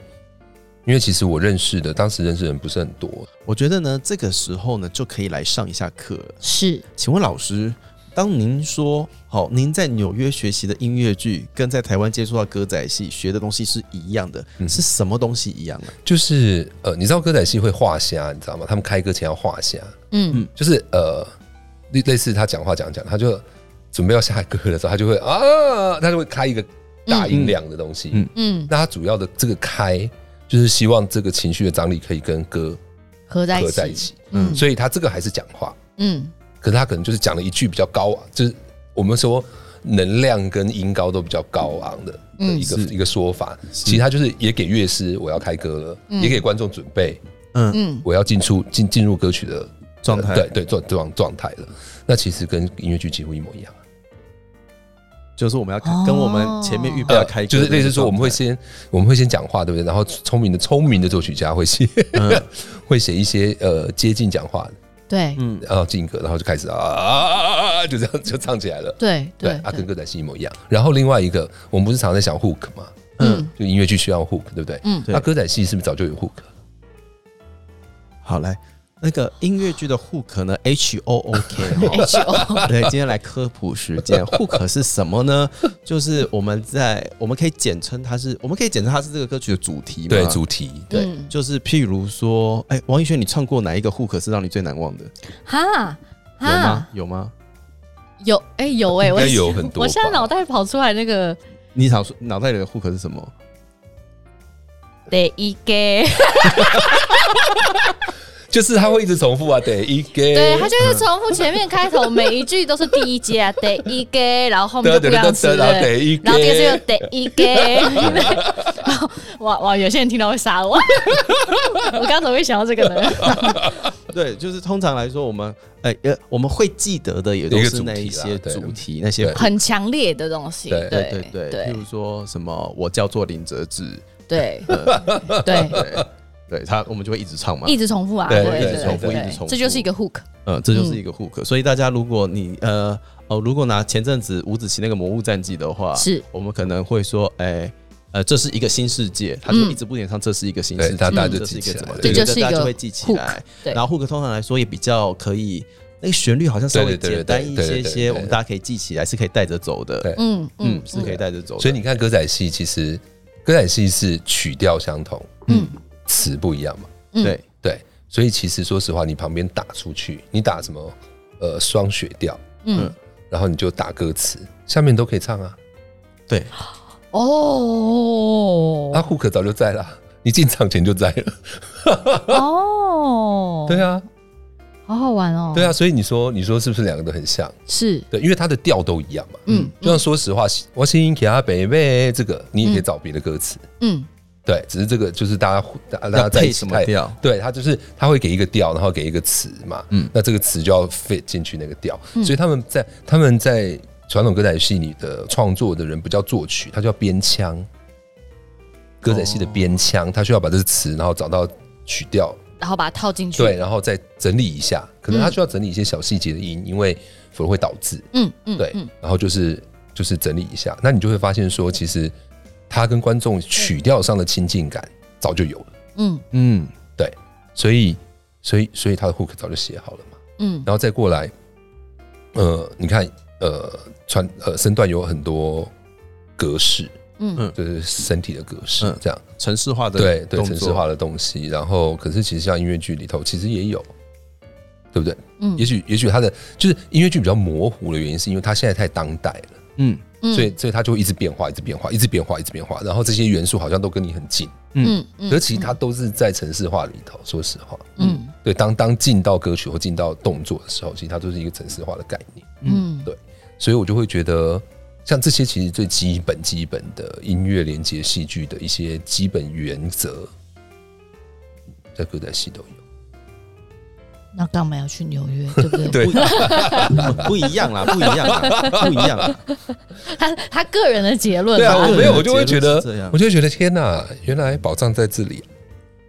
C: 因为其实我认识的当时认识的人不是很多，
A: 我觉得呢，这个时候呢就可以来上一下课了。
B: 是
A: 请问老师，当您说好，您在纽约学习的音乐剧跟在台湾接触到歌仔戏学的东西是一样的，
C: 嗯
A: 是什么东西一样啊？
C: 就是呃，你知道歌仔戏会画虾，你知道吗？他们开歌前要画虾，
B: 嗯，
C: 就是呃，类类似他讲话讲讲，他就准备要下歌的时候，他就会啊，他就会开一个大音量的东西。
A: 嗯嗯
B: 嗯，
C: 那他主要的这个开，就是希望这个情绪的张力可以跟歌
B: 合在一
C: 合
B: 起，
C: 在一起。
B: 嗯
C: 所以他这个还是讲话，
B: 嗯
C: 可是他可能就是讲了一句比较高啊，就是我们说能量跟音高都比较高昂的的
B: 嗯
C: 一个、一个说法。其实他就是也给乐师我要开歌了，也给观众准备
B: 嗯
C: 我要进出进进入歌曲的呃
A: 状态
C: 对对状状状态了。那其实跟音乐剧几乎一模一样，
A: 就是我们要开
B: 哦
A: 跟我们前面预备要开
C: 呃
A: 歌
C: 就
A: 的那个状态、
C: 是类似说我们会先我们会先讲话，对不对？然后聪明的聪明的作曲家会写、 [laughs] 会写一些呃接近讲话
B: 对
A: 嗯
C: 然后进歌，然后就开始啊啊啊啊啊啊，就这样就唱起来了。
B: 对
C: 对，
B: 对
C: 啊，跟
B: 对，
C: 歌仔戏一模一样。然后另外一个，我们不是常在想 hook 嘛，
B: 嗯
C: 就音乐剧需要 hook，对不对？
B: 嗯
A: 对
C: 那歌仔戏是不是早就有 hook？
A: 好来。那个音乐剧的 hook 呢？H O O K 哈，
B: ，H O，
A: 对，今天来科普时间，hook 是什么
C: [laughs]
A: 呢？就是我们在我们可以简称它是，我们可以简称它是这个歌曲的主题嘛？
C: 对，主题对。
B: 嗯
A: 就是譬如说，哎、王一轩，你唱过哪一个 hook 是让你最难忘的？
B: 哈
A: 有吗
B: 哈？，
A: 有吗？
B: 有哎有哎，
C: 应
B: 我
C: 该有很多
B: 我现在
C: 吧
B: 脑袋跑出来那个
A: 你想说脑袋里的 hook 是什么？
B: 得一个，
C: 就是他会一直重复啊，对，一个，
B: 对他就是重复前面开头每一句都是第一阶啊，得一个，然后后面就不一样词
C: 然后
B: 了。
C: 得一个，
B: 然后第二次又得一个，然后哇哇，有些人听到会杀我。 [laughs] 我刚怎么会想到这个呢？
A: 对，就是通常来说，我们哎呃，我们会记得的也都
C: 一个
A: 是
C: 主题啦
A: 那一些
C: 对
A: 主题，那些
C: 对
B: 很强烈的东西，
A: 对
C: 对
B: 对
A: 对对，譬
B: 对
A: 如说什么我叫做林哲志，
B: 对
A: 呃、 [laughs]
B: 对，
A: 对，对他我们就会一直唱嘛，
B: 一直重复啊，
C: 对
B: 对
C: 一直
B: 对
C: 重复
B: 对
A: 一直重复
B: 这就是一个 hook。
A: 呃，这
B: 嗯
A: 就是一个 hook、所以大家如果你呃哦，如果拿前阵子伍子棋那个《魔物战记》的话，
B: 是
A: 我们可能会说，哎、呃，这是一个新世界，他就一直不停地唱，这是一个新世界，嗯
C: 对大家就
A: 这是一
C: 记
A: 个
C: 起
A: 怎么
C: 来，了
A: 对
B: 嗯这
A: 对
B: 就是
A: 对大
B: 一
A: 家
B: 个
A: 就会记起
B: hook，
A: 来。
B: 对
A: 然后 hook 通常来说也比较可以，那个旋律好像稍微
C: 对对对
A: 简单
C: 对
A: 一
C: 对对
A: 些
C: 对
A: 些，
C: 对
A: 我们大家可以记起来，是可以带着走的。
C: 对
B: 嗯
A: 嗯
B: 嗯，，
A: 是可以带着走的。
C: 所以你看歌仔戏，其实歌仔戏是曲调相同，
B: 嗯，
C: 词不一样嘛，
B: 嗯
A: 对
C: 对，所以其实说实话，你旁边打出去，你打什么呃双雪调，
B: 嗯
C: 然后你就打歌词，下面都可以唱啊，
A: 对，
C: 那
B: 哦
C: 啊 hook 早就在啦，你进场前就在了，
B: 哦，
C: 对，啊，
B: 好好玩哦，
C: 对
B: 啊，
C: 啊，所以你说你说是不是两个都很像？
B: 是
C: 对，因为它的调都一样嘛。
B: 嗯
C: 就像说实话，我心给他北北这个，你也可以找别的歌词。
B: 嗯
C: 对，只是这个就是大家大大
A: 那
C: 家在一
A: 配
C: 起
A: 什么
C: 太
A: 调？
C: 对他就是他会给一个调，然后给一个词嘛，嗯
A: 嗯，
C: 那这个词就要 fit 进去那个调，
B: 嗯
C: 所以他们在他们在传统歌仔戏里的创作的人不叫作曲，他叫编腔，歌仔
B: 哦
C: 戏的编腔，他需要把这个词，然后找到曲调，
B: 然后把它套进去，
C: 对，然后再整理一下，可
A: 嗯
C: 能他需要整理一些小细节的音，因为否则会导致，
B: 嗯嗯，
C: 对，然后就是就是整理一下，那你就会发现说，其实他跟观众曲调上的亲近感早就有了。
B: 嗯
A: 嗯，
C: 对，所以所以所以他的 hook 早就写好了嘛，
B: 嗯
C: 然后再过来，呃，你看，呃，传呃身段有很多格式，
B: 嗯
A: 嗯
C: 就是身体的格式
A: 嗯
C: 这样，
A: 城市化的
C: 对对，
A: 动
C: 城市
A: 作
C: 化的东西，然后可是其实像音乐剧里头其实也有。对不对？
B: 嗯
C: 也许也许他的就是音乐剧比较模糊的原因，是因为他现在太当代了，
A: 嗯
B: 嗯，
C: 所以所以他就会一直变化，一直变化，一直变化，一直变化。然后这些元素好像都跟你很近，
B: 嗯嗯
C: 可是其实它都是在城市化里头。说实话，
B: 嗯
C: 对，当当进到歌曲或进到动作的时候，其实它都是一个程式化的概念，
B: 嗯
C: 所以我就会觉得，像这些其实最基本基本的音乐连接戏剧的一些基本原则，在歌仔戏都有。
B: 那干嘛要去纽约，对
C: [laughs]
B: 不对？
C: 对
A: 不 [laughs] 一样啦，不一样啦，不一样啦。
B: 他他个人的结论
C: 对 [laughs] 啊，
B: 吧
C: 我没有，我就会觉
A: 结
C: 得
A: 论是这样，
C: 我就会觉得天哪，原来宝藏在这里。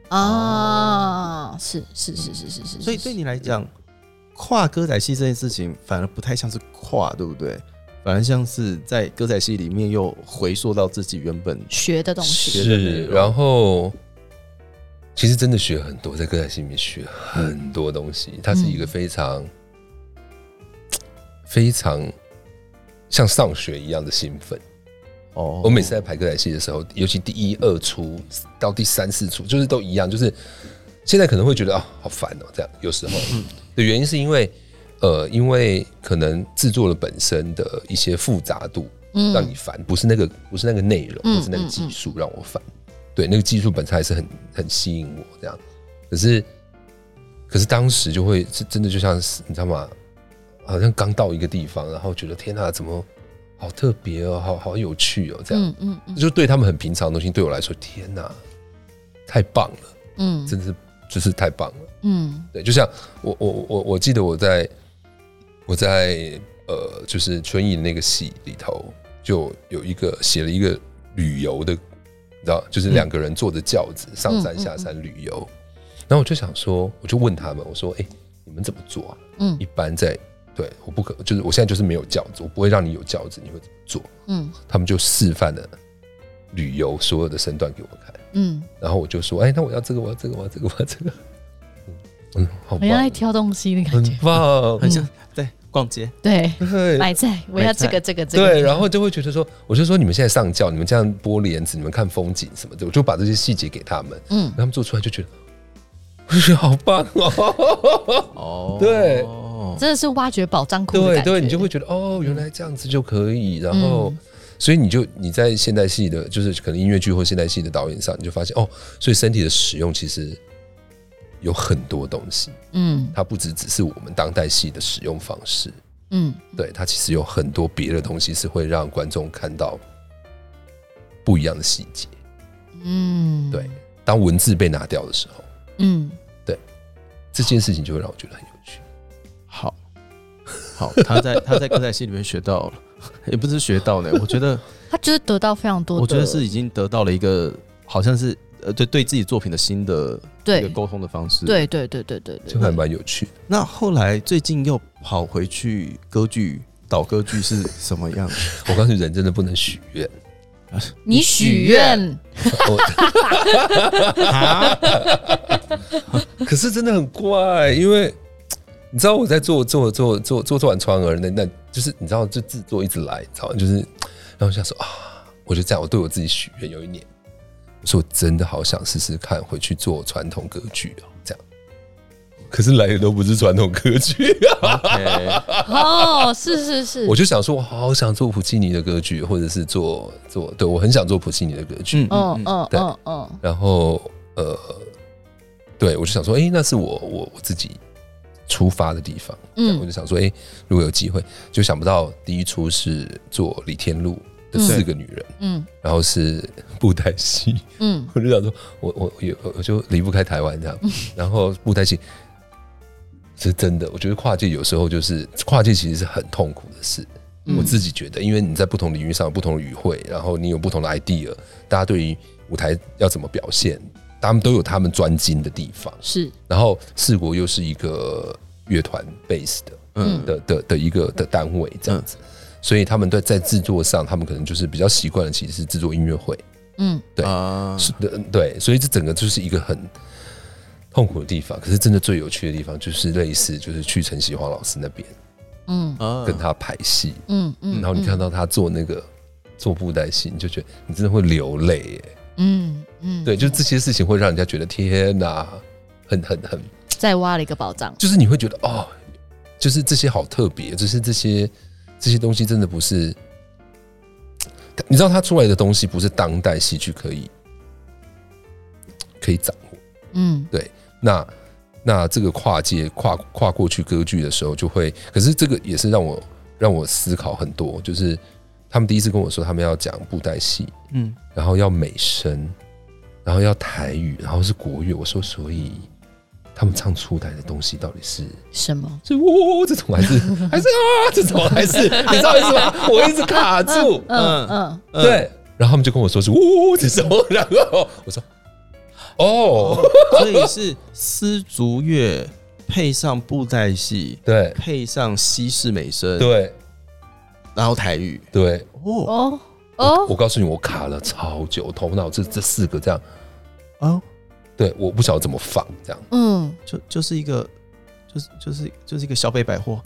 B: 啊，是是是是是是，
A: 所以
B: 是
A: 对你来讲，跨歌仔戏这件事情反而不太像是跨，对不对？反而像是在歌仔戏里面又回溯到自己原本
B: 学的东西，
A: 学的内容
C: 然后其实真的学很多，在
A: 嗯
C: 歌仔戏里面学很多东西，它是一个非常、非常像上学一样的兴奋。
A: 哦
C: 我每次在排歌仔戏的时候，尤其第一、二出到第三四出，就是都一样，就是现在可能会觉得啊，好烦哦、这样有
A: [laughs]
C: 时候的原因是因为，呃，因为可能制作了本身的一些复杂度让你啊烦，不是那个不是那个内容，
B: 嗯
C: 不是那个技术让我烦，对，那个技术本身还是很很吸引我这样，可是可是当时就会是真的就像是你知道吗？好像刚到一个地方，然后觉得天哪、怎么好特别哦，好好有趣哦，这样。
B: 嗯嗯嗯
C: 就对他们很平常的东西，对我来说，天哪，太棒了，
B: 嗯
C: 真是就是太棒了。
B: 嗯
C: 对，就像我我我我记得我在我在呃，就是春影那个戏里头，就有一个写了一个旅游的，你知道，就是两个人坐着轿子上山下山旅游。然后我就想说，我就问他们，我说：“哎、你们怎么做啊？
B: 嗯
C: 一般在对，我不可就是我现在就是没有轿子，我不会让你有轿子，你会怎么做？”
B: 嗯
C: 他们就示范了旅游所有的身段给我看，
B: 嗯，
C: 然后我就说：“哎、那我要这个，我要这个，我要这个，我要这个。”嗯，好
B: 好像在
C: 棒，
B: 挑东西的感觉
C: [laughs] 很。棒，
A: 很像对逛街，
B: 对，
C: 嗯对
B: 买菜，我要这个这哎个这个。
C: 对，然后就会觉得说，我就说你们现在上轿，你们这样拨帘子，你们看风景什么的，我就把这些细节给他们，
B: 嗯
C: 他们做出来就觉得，我就觉得 [laughs] 好棒哦，
A: 哦
C: 对
B: 真的是挖掘宝藏库的
C: 对
B: 感觉。
C: 对，你就会觉得哦，原来这样子就可以，然后。
B: 嗯
C: 所以你就你在现代戏的，就是可能音乐剧或现代戏的导演上，你就发现哦，所以身体的使用其实有很多东西，
B: 嗯
C: 它不只只是我们当代戏的使用方式，
B: 嗯
C: 对它其实有很多别的东西是会让观众看到不一样的细节。
B: 嗯，
C: 对，当文字被拿掉的时候，
B: 嗯
C: 这件事情就会让我觉得很有趣。
A: 好，好，他在他在歌仔戏里面学到了，也不是学到呢，我觉得
B: 他就是得到非常多的，
A: 我觉得是已经得到了一个好像是呃对对自己作品的新的一个
B: 对
A: 沟通的方式。，
B: 对对对对对
C: 就
B: 对，
C: 还蛮有趣的。
A: 那后来最近又跑回去歌剧导歌剧是什么样？
C: 我告诉你，人真的不能许愿。
B: 你许愿，
C: 我 [laughs] 可是真的很怪，因为你知道我在做做做做做做完川儿那那，就是你知道就制作一直来，你知道吗就是然后我想说啊，我就这样，我对我自己许愿。有一年，我说我真的好想试试看回去做传统歌剧哦，这样。可是来的都不是传统歌剧啊！
A: 哎
B: 哦，是是是，
C: [laughs] 我就想说，我好想做普契尼的歌剧，或者是做做，对我很想做普契尼的歌剧。
A: 嗯嗯嗯，
B: 嗯嗯
C: 对
B: 嗯嗯
C: 然后呃，对我就想说，哎、那是我我我自己出发的地方，我
B: 嗯
C: 就想说，哎、如果有机会，就想不到第一出是做李天禄的四个女人，
B: 嗯
C: 然后是布袋戏， [laughs]
B: 嗯
C: 我就想说，我我我有我就离不开台湾这样，然后布袋戏。是真的，我觉得跨界有时候就是跨界，其实是很痛苦的事。
A: 嗯
C: 我自己觉得，因为你在不同领域上有不同的语汇，然后你有不同的 idea，大家对于舞台要怎么表现，他们都有他们专精的地方。
B: 是
C: 然后四国又是一个乐团 base 的
A: 嗯
C: 的的的一个的单位这样子，所以他们在在制作上，他们可能就是比较习惯的，其实是制作音乐会。
B: 嗯
C: 对
A: 啊，
C: 是的，对，所以这整个就是一个很痛苦的地方。可是真的最有趣的地方，就是类似就是去陈喜华老师那边
B: 嗯
A: 啊
C: 跟他排戏，
B: 嗯嗯，
C: 然后你看到他做那个做布袋戏，你就觉得你真的会流泪耶。
B: 嗯嗯，
C: 对，就这些事情会让人家觉得天哪，很很很，
B: 再挖了一个宝藏，
C: 就是你会觉得哦，就是这些好特别，就是这些这些东西真的不是，你知道他出来的东西不是当代戏剧可以可以掌握。
B: 嗯
C: 那那这个跨界跨跨过去歌剧的时候，就会，可是这个也是让我让我思考很多，就是他们第一次跟我说他们要讲布袋戏，
A: 嗯
C: 然后要美声，然后要台语，然后是国乐，我说所以。他们唱出来的东西到底是
B: 什么？
C: 是呜、这种还是还是啊这种还是你知道意思吗？我一直卡住，
B: 嗯嗯
A: 嗯
C: 对，然后他们就跟我说是呜、这种，然后我说哦，
A: 所以是丝竹乐配上布袋戏，
C: 对
A: 配上西式美声，
C: 对
A: 然后台语
C: 对，
A: 哦
B: 哦哦，
C: 我告诉你，我卡了超久，头脑这这四个这样，
A: 哦，
C: 对，我不晓得怎么放这样。
B: 嗯
A: 就就是一个。就是就是就是一个小北百货，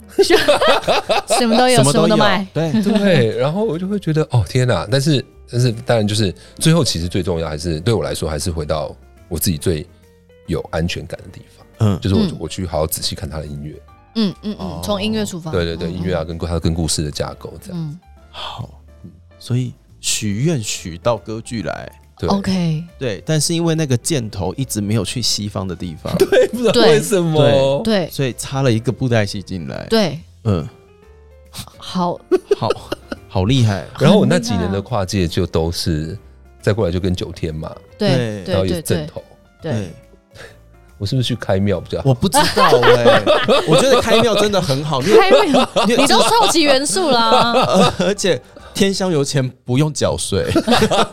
B: 什么都有，
A: 什么
B: 哎什么
A: 都
B: 都
A: 有
B: 卖。，
A: 对，
B: [laughs]
C: 对，然后我就会觉得哦天哪！但是但是当然就是最后其实最重要还是对我来说还是回到我自己最有安全感的地方，
A: 嗯，
C: 就是我、
B: 嗯
C: 我去好好仔细看他的音乐，
B: 嗯嗯
A: 哦
B: 嗯，从音乐出发。
C: 对对对，
B: 嗯
C: 音乐啊。跟他跟故事的架构这样，
B: 嗯
A: 好，嗯所以许愿许到歌剧来，
C: 对
B: ，OK，
A: 对，但是因为那个箭头一直没有去西方的地方，
C: 对， [laughs] 不知道
B: 对
C: 为什么，
B: 对
A: 所以插了一个布袋戏进来，，
B: 对，
A: 嗯，
B: 好，
A: 好，好厉害，
C: 然后我
B: 很
C: 那
B: 厉
C: 几
B: 害
C: 年的
B: 啊
C: 跨界就都是再过来就跟九天嘛，
B: 对
A: 对
C: 然后
B: 对
C: 也
B: 对
C: 是正
B: 对
C: 头，
B: 对，，
C: 我是不是去开庙
A: [laughs]
C: 比较好？
A: 我不知道哎、 [laughs] 我觉得开庙真的很好，因为
B: 开胃，
A: 因为
B: 你都凑齐元素啦，
A: 呃 [laughs] 而且天香油钱不用缴税， [laughs]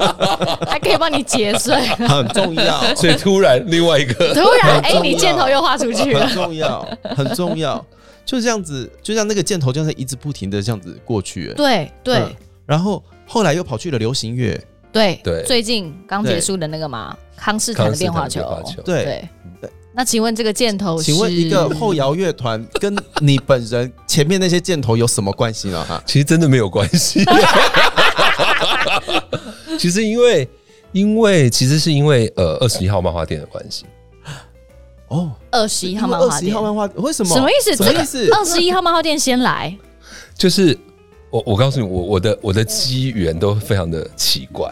B: 还可以帮你节税。
A: 很重要，
C: 所以突然另外
B: [laughs]
C: 一个
B: 突然，哎，
A: 重
B: 你
A: 要
B: 箭头又画出去了
A: 很。重要，很重要，就这样子，就像那个箭头这样子一直不停的这样子过去、哎
B: 对 [laughs] 对
A: 嗯然后后来又跑去了流行乐，
B: 对
C: 对
B: 最近刚
A: 对
B: 结束的那个嘛，康斯坦
C: 康
B: 的
C: 斯
B: 变
C: 坦的
B: 化
C: 变
B: 球。
C: 化球，
A: 对，
B: 对
A: 对，
B: 那请问这个箭头是？
A: 请问一个后摇乐团跟你本人前面那些箭头有什么关系呢？哈，
C: 其实真的没有关系。 [laughs] 其实因为因为其实是因为呃二十一号漫画店的关系，
A: 哦，
B: 二十一号漫
A: 二
B: 画
A: 十一
B: 店
A: 号？漫画为什么？
B: 什么意思？
A: 什
B: 这
A: 么
B: 个
A: 意思？
B: 二十一号漫画店先来，
C: 就是我我告诉你，我我的我的机缘都非常的奇怪。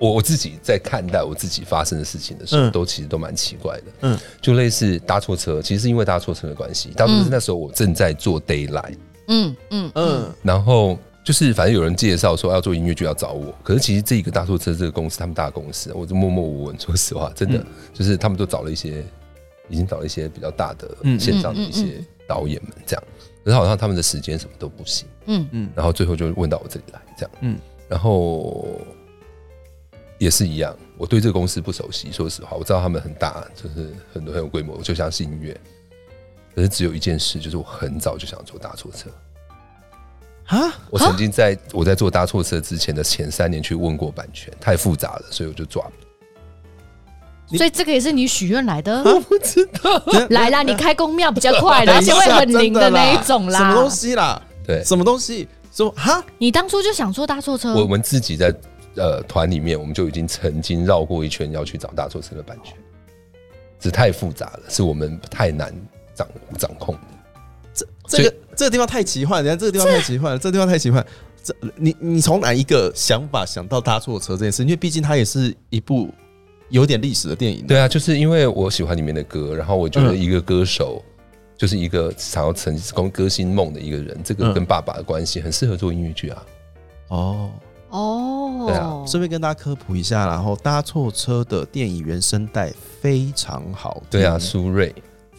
C: 我我自己在看待我自己发生的事情的时候，
A: 嗯
C: 都其实都蛮奇怪的。
A: 嗯
C: 嗯，就类似搭错车，其实是因为搭错车的关系。搭错车是那时候我正在做 d a y l i g h t
B: 嗯嗯嗯，
A: 嗯
C: 然后就是反正有人介绍说要做音乐剧要找我，可是其实这个大错车这个公司，他们大公司，我就默默无闻。说实话，真的、
A: 嗯
C: 就是他们都找了一些，已经找了一些比较大的
A: 嗯
C: 线上的一
B: 嗯嗯
C: 些导演们这样，可是好像他们的时间什么都不行，
B: 嗯
A: 嗯
C: 然后最后就问到我这里来这样，
A: 嗯
C: 嗯，然后也是一样。我对这个公司不熟悉，说实话，我知道他们很大，就是很多很有规模，就像是音乐。可是只有一件事，就是我很早就想做大错车，
A: 啊，
C: 我曾经在我在做搭错车之前的前三年去问过版权，太复杂了，所以我就抓。
A: 你
B: 所以这个也是你许愿来的。
C: 不知道，
B: 来啦，你开公庙比较快啦，
A: 嗯等
B: 而
A: 一
B: 且
A: 下
B: 会很灵
A: 真
B: 那
A: 啦
B: 一
A: [laughs]
B: 种
A: 什么
B: 啦
A: 东。西啦？
C: 对
A: 什么东西？什么哈？
B: 你当初就想坐大坐
A: 嗯
B: 车
C: 我，们自己在呃团里面，我们就已经曾经绕过一圈要去找搭错车的版权，这太复杂了，是我们太难掌掌控的。
A: 这个这个地方太奇幻，人家这个地方太奇幻，了，这个地方太奇幻。这你你从哪一个想法想到搭错车这件事？因为毕竟它也是一部有点历史的电影。
C: 对啊，就是因为我喜欢里面的歌，然后我觉得
A: 嗯
C: 一个歌手。就是一个想要成功歌星梦的一个人，这个
A: 嗯
C: 跟爸爸的关系很适合做音乐剧啊。
A: 哦，
C: 对
B: 哦
C: 啊，
A: 顺便跟大家科普一下，然后搭错车的电影原声带非常好听，
C: 对啊，苏芮，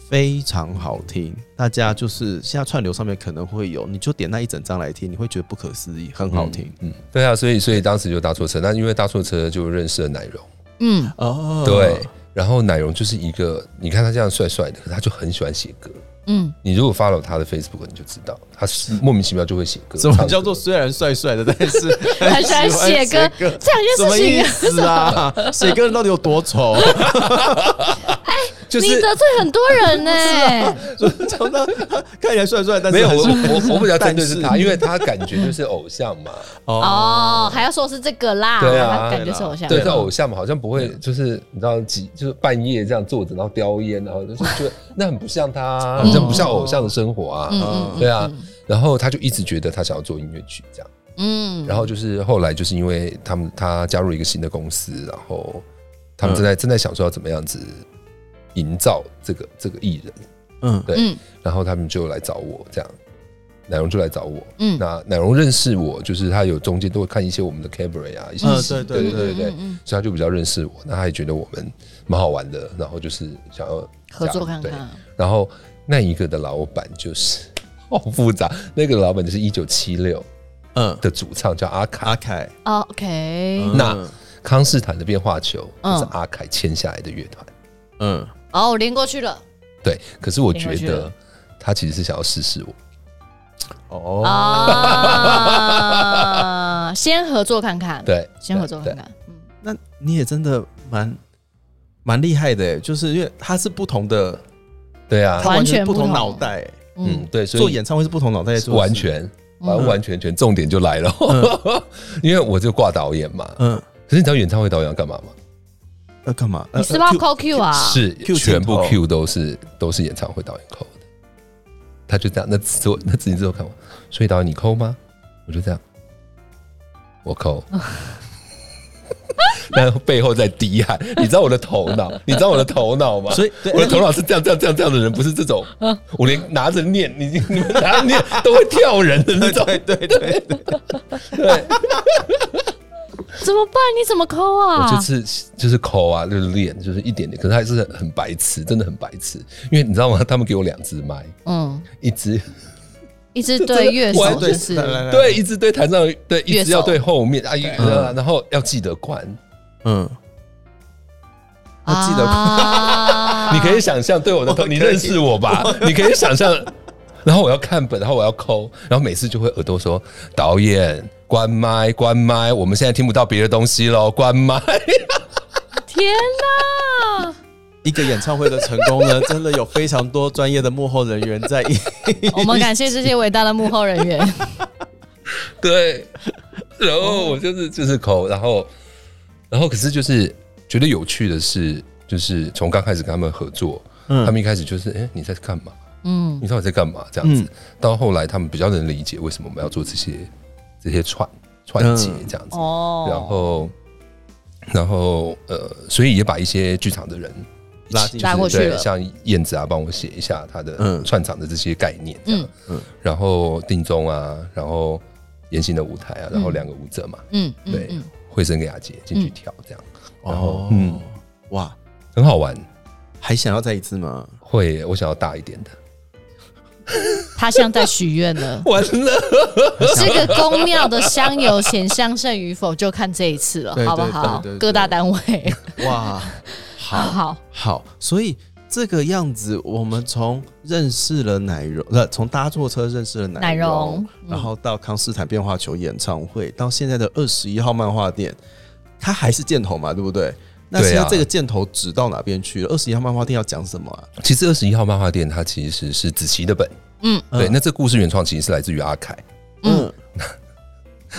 A: 非常好听。大家就是现在串流上面可能会有，你就点那一整张来听，你会觉得不可思议，很好听。
C: 嗯，对啊，所以所以当时就搭错车，那因为搭错车就认识了奶蓉。
B: 嗯，
A: 哦，
C: 对，然后奶蓉就是一个，你看他这样帅帅的，可是他就很喜欢写歌。
A: [laughs]
B: 嗯，
C: 你如果 follow 他的 Facebook，你就知道他是莫名其妙就会写歌。
A: 什么
C: 唱歌
A: 叫做虽然帅帅的，但
C: [laughs]
A: 是
B: 很喜欢写歌
A: 歌？
B: 这
A: 什
B: 两
A: 么意
B: 件事情，
A: 思 [laughs] 啊？写歌人到底有多丑？ [laughs]
C: 就
B: 你
A: 哎
C: 是啊
B: 得罪很多人
C: [laughs]
B: 呢。
A: 常常看起来帅帅，但是
C: 没有我
A: 很
C: 我我比较针对
A: 但是
C: 是他，因为他感觉就是偶像嘛。
B: 哦，还要说是这个啦，
C: 对啊
B: 他感觉是偶像。
C: [laughs] 对，
A: 对
C: 是
A: 啦
C: 偶像嘛，好像不会
A: 啊
C: 就是你知道几就是半夜这样坐着，然后叼烟，然
A: [laughs]
C: 后就是觉得那很不像他啊，好像不像偶像的生活啊。
A: 嗯
C: 对啊，然后他就一直觉得他想要做音乐剧这样。
B: 嗯，
C: 然后就是后来就是因为他们他加入了一个新的公司，然后他们正在、正在想说要怎么样子营造这个这个艺人，
A: 嗯
C: 对，
B: 嗯
C: 然后他们就来找我这样。奶蓉就来找我，
B: 嗯
C: 那奶蓉认识我，就是他有中间都会看一些我们的 cabaret 啊，一些
A: 嗯
C: 戏、
A: 对对
C: 对
A: 对
C: 对对，
B: 嗯嗯
C: 所以他就比较认识我，那他也觉得我们蛮好玩的，然后就是想要
B: 合作看
C: 对
B: 看。
C: 然后那一个的老板就是 [laughs] 好复杂，那个老板就是一九七六
A: 嗯，
C: 的主唱叫阿卡，
A: 阿凯，
B: 哦 OK，
A: 嗯
C: 那康斯坦的变化球
B: 嗯
C: 就是阿凯签下来的乐团，
A: 嗯，
B: 哦，我连过去了。
C: 对。可是我
B: 听
C: 觉
B: 过去
C: 得
B: 了
C: 他其实是想要试试我，
A: 哦，
C: [laughs]
B: 啊，先合作看看，，
C: 对，
B: 先合作看
C: 对。
B: 看，嗯
A: 那欸你也真的蛮蛮厉害的耶，就是因为他是不同的
C: 对啊
A: 他，完全
B: 完全
A: 不
B: 不
A: 同
B: 同
A: 脑袋、欸
C: 嗯，
B: 嗯，
C: 对，
A: 做
C: 所以
A: 演唱会是不同脑袋在做，
C: 完，全完
B: 嗯
C: 完全全重点就来了， [laughs] 因为我就挂导演嘛。
A: 嗯，
C: 可是你知道演唱会导演要干嘛吗？
A: 要干
C: 呃
A: 嘛？呃
B: 你是不是要
A: Q-
B: call Q 啊？
C: 是
A: Q
C: 全部
A: 镜头
C: Q 都是都是演唱会导演扣的。他就这样，那只我那自己只有看我，所以导演你扣吗？我就这样，我扣。然后背后在低喊，你知道我的头脑，你知道我的头脑吗？
A: 所以对
C: 我的头脑是这样这样这样这样的人，不是这种，我连拿着念，你你们拿着念都会跳人的那种。
A: 对对对对，
B: 怎么办？你怎么 call 啊？
C: 我就是就是抠啊，就是练，就是一点点。可是还是很白痴，真的很白痴。因为你知道吗？他们给我两支麦，
B: 嗯，
C: 一支
B: 一直对乐
C: 完
B: 手
A: 对
B: 就
A: 来来
B: 是
A: 来，
C: 对，一支对台上，对，一
B: 乐
C: 支
B: 手
C: 要对后面啊，一
A: 嗯
C: 然后要记得关。
A: 嗯，我记得
B: 得
C: [laughs] 你可以想象，对我的头，
A: 我啊
C: 你
A: 哦可以
C: 认识
A: [laughs]
C: 我吧？你可以想象，然后我要看本，然后我要抠，然后每次就会耳朵说导演关麦关麦，我们现在听不到别的东西喽， [laughs] 关麦。
B: 天
C: [laughs]
B: 哪！
A: 一个演唱会的成功呢，真的有非常多专业的幕后人员在 [laughs] 一，
B: 我们感谢这些伟大的幕后人员。
C: 对，然后我就是就是抠，然后然后可是就是觉得有趣的是，就是从刚开始跟他们合作，
A: 嗯
C: 他们一开始就是哎、诶你在干嘛？
B: 嗯
C: 你到底在干嘛？这样子，
A: 嗯
C: 到后来他们比较能理解为什么我们要做这些这些串串接
A: 嗯
C: 这样子，
B: 哦，
C: 然后然后呃，所以也把一些剧场的人一起
A: 拉进
C: 就是
B: 拉过去
C: 对
B: 了
C: 像燕子啊，帮我写一下他的
A: 嗯
C: 串场的这些概念，这样，
B: 嗯
C: 然后定中啊，然后严行的舞台啊，然后
B: 嗯
C: 两个舞者嘛，
B: 嗯嗯
C: 对
B: 嗯，
C: 慧生跟雅洁进去
A: 嗯
C: 跳，这样然后
A: 哦，
C: 嗯
A: 哇，
C: 很好玩。
A: 还想要再一次吗？
C: 会，我想要大一点的。。
B: 他像在许愿了
C: [laughs] 完了，
B: 这个宫庙的香油钱相胜与否，就看这一次了
A: 对，
B: 好不
A: 对
B: 好
A: 对对对？
B: 各大单位，
A: [laughs] 哇，
B: 好
A: 好
B: 好，
A: 好，所以这个样子，我们从认识了奶蓉，呃，从搭坐车认识了
B: 奶
A: 奶
B: 蓉，
A: 然后到康斯坦变化球演唱会，到现在的二十一号漫画店，它还是箭头嘛，对不对？那
C: 对
A: 现在
C: 啊
A: 这个箭头指到哪边去了？二十一号漫画店要讲什么啊？
C: 其实二十一号漫画店它其实是子琪的本，
B: 嗯
C: 对。
A: 嗯
C: 那这故事原创其实是来自于阿凯，
B: 嗯，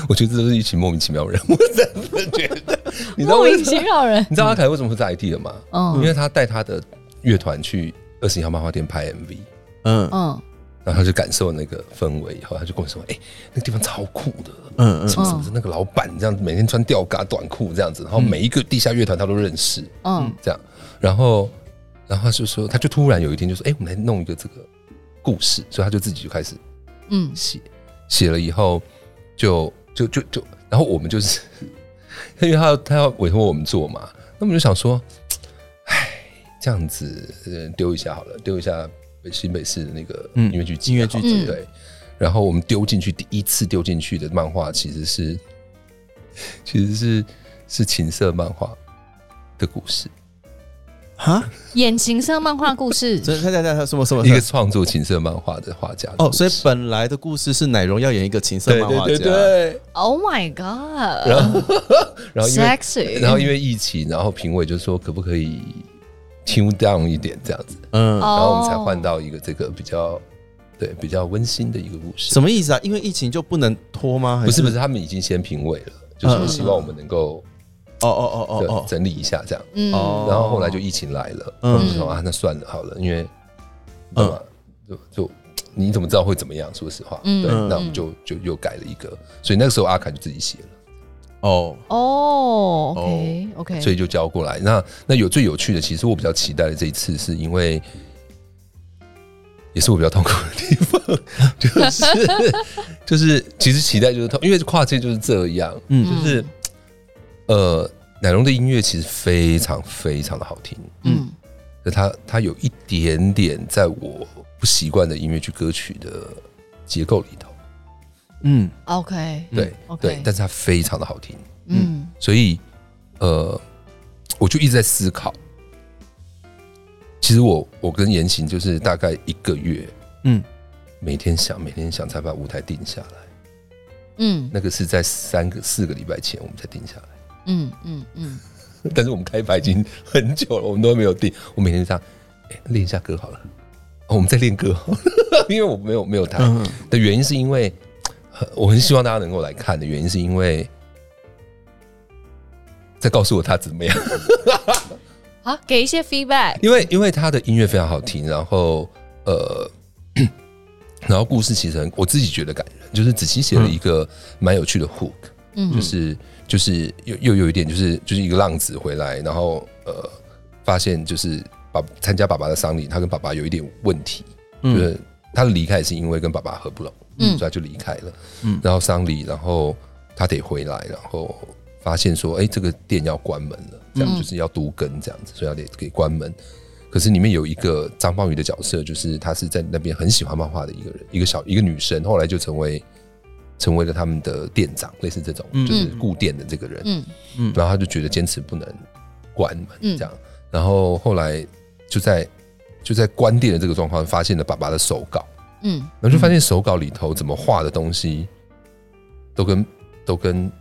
C: 我觉得这都是一群莫名其妙的人，我 [laughs] 真的觉得。 [laughs] 你知道
B: 莫
C: 为
B: 名
C: 什
B: 其
C: 么？
B: 妙人，
C: 你知道阿凯为什么会在 IT 的吗？因
B: 嗯
C: 为他带他的乐团去二十一号漫画店拍 MV，
A: 嗯嗯
B: 嗯
C: 然后他就感受那个氛围，以后他就跟我说：“哎、那个地方超酷的。”
A: 嗯
C: 什么什么的那个老板这样，每天穿吊嘎短裤这样子，然后每一个地下乐团他都认识，
B: 嗯
C: 这样，然后，然后他就说，他就突然有一天就说，哎、我们来弄一个这个故事，所以他就自己就开始
B: 嗯，
C: 写，写了以后就就就就，然后我们就是， [laughs] 因为他要他要委托我们做嘛，那我们就想说，哎，这样子呃丢一下好了，丢一下北新北市的那个
A: 嗯
C: 音乐剧集
A: 音乐剧
C: 好
B: 集
C: 了对，然后我们丢进去第一次丢进去的漫画其实是其实是是情色漫画的故事，
A: 哈，
B: 演情色漫画故
C: [laughs]
B: 事，
A: 这他他他什么什么
C: 一个创作情色漫画的画家的
A: 哦，
C: 故
A: 所以
C: 事
A: 本来的故事是奶蓉要演一个情色
C: 对
A: 漫画家，
C: 对对对，
B: Oh my
C: 然
B: god！
C: 后然后因为
B: Sexy
C: 然后因为疫情，然后评委就说可不可以 tune down 一点这样子，
A: 嗯，
B: 哦
C: 然后我们才换到一个这个比较对比较温馨的一个故事。
A: 什么意思啊？因为疫情就不能拖吗？还
C: 不是不是，他们已经先评委了，就是说希望我们能够
A: 哦哦哦
C: 对
A: 哦哦，
C: 整理一下这样。
B: 嗯
A: 哦
C: 然后后来就疫情来了，
A: 嗯
C: 我们就说啊，那算了好了，因为对吧？就就你怎么知道会怎么样？说实话，
B: 嗯
C: 对，
A: 嗯
C: 那我们就就又改了一个，所以那个时候阿凯就自己写了。
A: 哦，
B: 哦，OK OK，
C: 所以就交过来。那那有最有趣的，其实我比较期待的这一次，是因为也是我比较痛苦的地方，就是 [laughs] 就是其实期待就是痛，因为跨界就是这样，
A: 嗯
C: 就是呃，奶蓉的音乐其实非常非常的好听，
B: 嗯
C: 就它它有一点点在我不习惯的音乐剧歌曲的结构里头，
A: 嗯，
B: OK，
C: 对、
B: OK
C: 对，但是它非常的好听。
B: 嗯
C: 所以呃，我就一直在思考。其实我我跟言行就是大概一个月，
A: 嗯，
C: 每天想每天想才把舞台定下来。
B: 嗯
C: 那个是在三个四个礼拜前我们才定下来，
B: 嗯嗯嗯，
C: 但是我们开排已经很久了，我们都没有定。我每天这样，哎练一下歌好了，哦我们在练歌， [laughs] 因为我没有没有弹
A: 嗯
C: 的原因是因为呃我很希望大家能够来看的原因是因为在告诉我他怎么样，
B: 啊，给一些 feedback，
C: 因为因为他的音乐非常好听，然后呃， [clears throat] 然后故事其实很我自己觉得感人，就是子琪写了一个蛮有趣的 hook，
B: 嗯
C: 就是就是又又有一点就是就是一个浪子回来，然后呃发现就是爸参加爸爸的丧礼，他跟爸爸有一点问题，就
A: 嗯
C: 是他的离开也是因为跟爸爸合不拢，
B: 嗯
C: 所以他就离开了。
A: 嗯
C: 然后丧礼，然后他得回来，然后发现说，哎、这个店要关门了，这样
B: 嗯
C: 就是要都更这样子，所以他得给关门。可是里面有一个张方宇的角色，就是他是在那边很喜欢漫画的一个人，一个小一个女生，后来就成为成为了他们的店长，类似这种，
A: 嗯
C: 就是顾店的这个人。
B: 嗯
C: 然后他就觉得坚持不能关门
B: 嗯
C: 这样，然后后来就在就在关店的这个状况，发现了爸爸的手稿，
B: 嗯
C: 然后就发现手稿里头怎么画的东西都跟都跟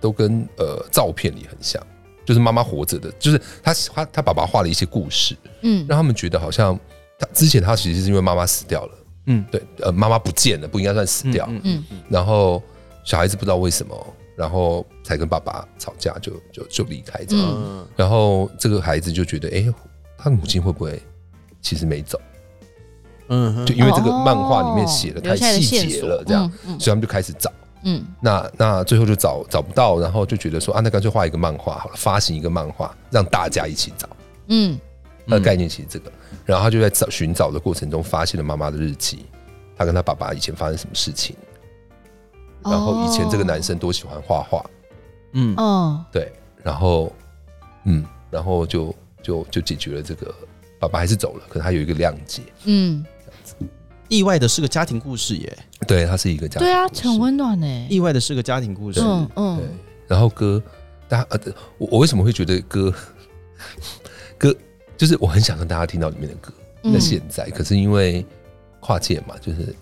C: 都跟呃照片里很像，就是妈妈活着的，就是他他他爸爸画了一些故事，
B: 嗯
C: 让他们觉得好像他之前他其实是因为妈妈死掉了，
A: 嗯
C: 对，呃，妈妈不见了，不应该算死掉，
A: 嗯
B: 嗯
C: 然后小孩子不知道为什么，然后才跟爸爸吵架，就就就离开这样。
B: 嗯
A: 嗯
C: 然后这个孩子就觉得，哎、他的母亲会不会其实没走？
A: 嗯
C: 就因为这个漫画里
B: 哦
C: 面写的太细节了，这样，，
B: 嗯
C: 所以他们就开始找。
B: 嗯
C: 那那最后就找找不到，然后就觉得说啊，那干脆画一个漫画好了，发行一个漫画，让大家一起找。
B: 嗯
C: 那概念其实这个，然后他就在找寻找的过程中发现了妈妈的日记，他跟他爸爸以前发生什么事情，
B: 嗯
C: 然后以前这个男生多喜欢画画，
A: 嗯
B: 哦，
C: 对，然后嗯，然后就就就解决了这个，爸爸还是走了，可他有一个谅解，
B: 嗯，
A: 意外的是个家庭故事耶，
C: 对，他是一个家
B: 对啊，
C: 庭故事
B: 很温暖呢。
A: 意外的是个家庭故事。
B: 嗯
C: 对
B: 嗯，，
C: 然后歌，大家呃，我我为什么会觉得歌歌就是我很想跟大家听到里面的歌，
B: 嗯
C: 在现在，可是因为跨界嘛，就是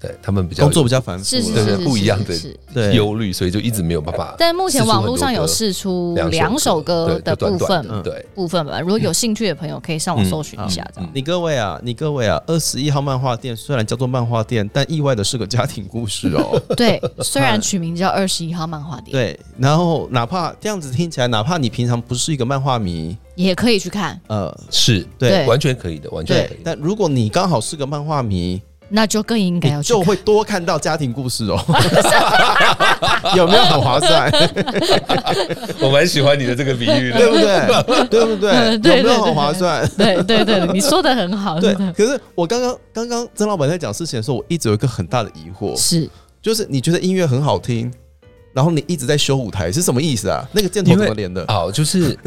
C: 对他们比较
A: 工作比较繁复
B: 是
A: 啦，
B: 是
C: 对对
B: 是是
C: 不一样的
B: 是是
A: 对，
C: 忧虑，所以就一直没有办法。
B: 但目前网络上有试出两首歌
C: 对
B: 的
C: 就短
B: 部
C: 短
B: 分
C: 的嗯对，
B: 部分吧，如果有兴趣的朋友可以上网搜寻一下，这样。
A: 你各位啊，你各位啊，二十一号漫画店虽然叫做漫画店，但意外的是个家庭故事
C: [laughs]
A: 哦。
C: 嗯
B: 对，虽然取名叫《二十一号漫画店》，
A: 对，然后哪怕这样子听起来，哪怕你平常不是一个漫画迷，
B: 也可以去看，
A: 呃，
C: 是
A: 对
B: 对
C: 完全可以的，完全可
A: 对
C: 以，的。
A: 但如果你刚好是个漫画迷，
B: 那就更应该要
A: 你
B: 去
A: 就
B: 看。
A: 会多看到家庭故事 [laughs] 哦。有没有很划算？ [laughs]
C: 我蛮喜欢你的这个比喻
A: 对
C: 的，
A: 不对？对不对？
B: 嗯对
A: 有没
B: 对
A: 有很
B: 对
A: 划算？
B: 对对对，你说的很
C: [laughs]
B: 好，
A: 对
B: 真，的
A: 可是我刚刚刚刚曾老板在讲事情的时候，我一直有一个很大的疑惑，
B: 是
A: 就是你觉得音乐很好听，然后你一直在修舞台，是什么意思啊？那个箭头
C: 因为
A: 怎么连的？
C: [laughs] 好，就是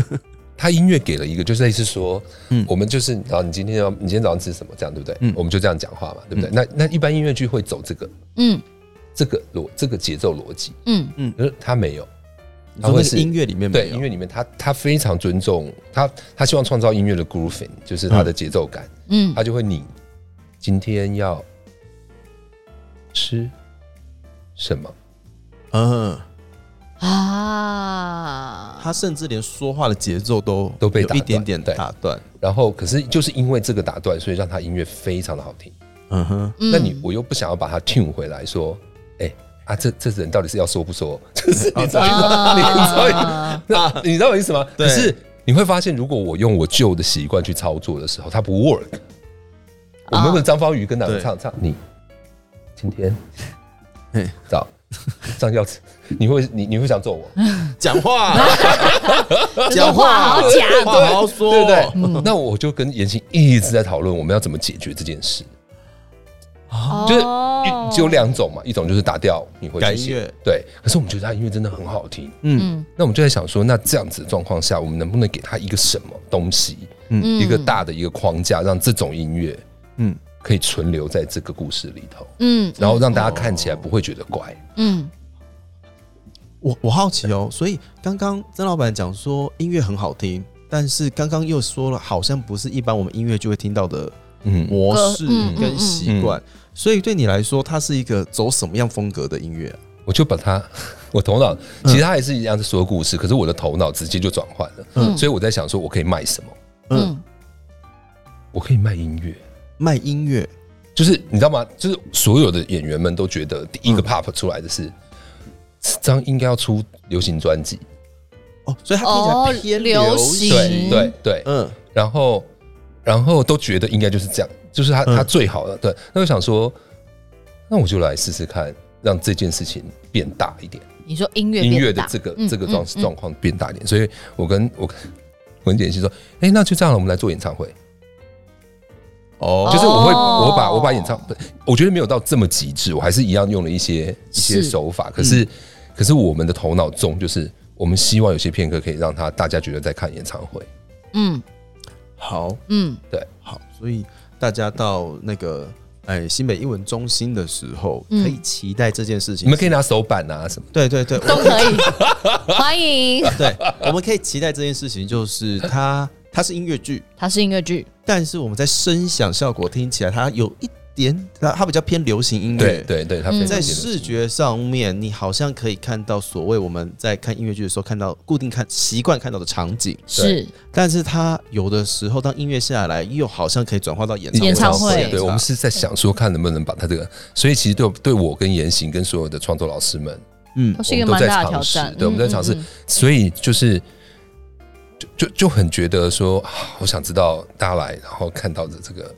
C: 他音乐给了一个，就是类似说，
A: 嗯
C: 我们就是，然后你今天要，你今天早上吃什么，这样对不对？
A: 嗯
C: 我们就这样讲话嘛，对不对？那那一般音乐剧会走这个
B: 嗯
C: 这个逻这个节奏逻辑，
B: 嗯
C: 可是他没有，
A: 你
C: 他
A: 说
C: 会
A: 那个
C: 是
A: 音乐里面
C: 对
A: 没有
C: 音乐里面他他非常尊重他，他希望创造音乐的 grooving，就是他的节奏感，
B: 嗯
C: 他就会你今天要吃什么？
A: 嗯，
B: 啊，
A: 他甚至连说话的节奏都
C: 都被
A: 有
C: 打
A: 一
C: 断
A: 点点
C: 对
A: 打断。
C: 然后可是就是因为这个打断，所以让他音乐非常的好听。
A: 嗯哼，
B: 嗯
C: 那你我又不想要把它 tune 回来，说，哎、啊，这这人到底是要说不说？就是你
B: [laughs]
C: 知道， [laughs] 你知道，
B: 啊，
C: 那你知道我意思吗？
A: 对
C: 可是你会发现，如果我用我旧的习惯去操作的时候，它不 work。我们
B: 啊
C: 问张方宇跟哪个
A: 啊对
C: 唱唱？你今天
A: 嘿
C: 早上要吃，你会你你会想揍
A: [laughs]
C: 我，
A: 哦讲话， [laughs]
B: 这个话好讲，
A: 话好好说，哦
C: 对不对？那我就跟言情一直在讨论我们要怎么解决这件事，就是
B: 哦
C: 只有两种嘛，一种就是打掉你会
A: 改
C: 去
A: 音
C: 写
A: 乐，
C: 对。可是我们觉得他音乐真的很好听，
A: 嗯
B: 嗯
C: 那我们就在想说，那这样子的状况下，我们能不能给他一个什么东西，
B: 嗯
C: 一个大的一个框架，让这种音乐
A: 嗯，
C: 可以存留在这个故事里头，
B: 嗯
C: 然后让大家看起来不会觉得怪。
B: 嗯
A: 我我好奇哦，所以刚刚曾老板讲说音乐很好听，但是刚刚又说了，好像不是一般我们音乐就会听到的
C: 嗯，
A: 模式
B: 歌嗯
A: 跟习惯，所以对你来说，它是一个走什么样风格的音乐啊、
C: 我就把它， [laughs] 我头脑其实它还是一样在说故事，可是我的头脑直接就转换了，
B: 嗯
C: 所以我在想说，我可以卖什么？
B: 嗯
C: 我可以卖音乐，
A: 嗯卖音乐，
C: 就是你知道吗？就是所有的演员们都觉得第一个 pop 出来的是这张应该要出流行专辑，
A: 哦，所以它听起来
B: 哦
A: 偏
B: 流
A: 行，
B: 行
C: 对对对，
A: 嗯，
C: 然后然后都觉得应该就是这样，就是他
A: 嗯
C: 他最好了。对，那我想说，那我就来试试看，让这件事情变大一点，
B: 你说音乐
C: 音乐
B: 变
C: 的
B: 大
C: 这个
B: 嗯
C: 这个
B: 嗯
C: 状
B: 嗯
C: 状况变大一点。所以我跟我跟我跟简希说，哎，那就这样了，我们来做演唱会。
A: 哦
C: 就是我会，
B: 哦
C: 我把我把演唱，不我觉得没有到这么极致，我还是一样用了一些一些
B: 是嗯
C: 手法。可是，可是我们的头脑中就是，我们希望有些片刻可以让他大家觉得在看演唱会。
B: 嗯
A: 好
B: 嗯，
A: 好，所以大家到那个哎新北英文中心的时候，
B: 嗯
A: 可以期待这件事情。
C: 你们可以拿手板啊什么，
A: 对对对，
B: 都可
C: [laughs]
B: 以，欢迎。
A: 对，我们可以期待这件事情，就是它它是音乐剧，
B: 它是音乐剧，
A: 但是我们在声响效果听起来，它有一点，它它比较偏流行音
C: 对
A: 乐。
C: 对对，他
B: 嗯
C: 非常
A: 在
C: 接受
A: 视觉上面，你好像可以看到所谓我们在看音乐剧的时候看到固定看习惯看到的场景，
B: 是
A: 但是它有的时候当音乐下来，又好像可以转化到演唱
B: 演唱会
C: 对我们是在想说看能不能把它这个，所以其实对对我跟言行跟所有的创作老师们，
A: 嗯
B: 都是一个蛮大的挑战。
C: 我们都在尝试
B: 嗯嗯嗯
C: 所以就是就就就很觉得说，啊我想知道大家来然后看到的这个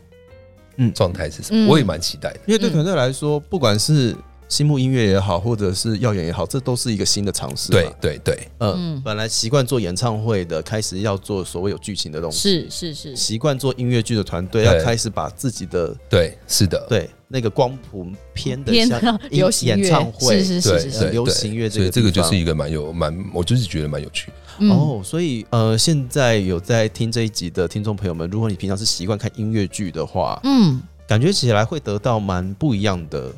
A: 嗯
C: 状态是什
B: 嗯
C: 么，我也蛮期待的。
A: 因为对团队来说，不管是新木音乐也好，或者是耀眼也好，这都是一个新的尝试嘛。
C: 对对对，
A: 呃，
B: 嗯
A: 本来习惯做演唱会的，开始要做所谓有剧情的东西。
B: 嗯是是是，
A: 习惯做音乐剧的团队要
C: 对
A: 开始把自己的
C: 对，是的，
A: 对那个光谱偏的
B: 偏
A: [laughs]
B: [laughs]
A: 像音
B: 流行乐
A: 演唱会，
B: 是是
C: 对
B: 是是
C: 对
A: 流
C: 对
A: 行乐这
C: 所以
A: 个
C: 这个
A: 地
C: 就
A: 方
C: 是一个蛮有蛮，我就是觉得蛮有趣的。
B: 嗯
A: 哦，所以呃，现在有在听这一集的听众朋友们，如果你平常是习惯看音乐剧的话，
B: 嗯，
A: 感觉起来会得到蛮不一样的，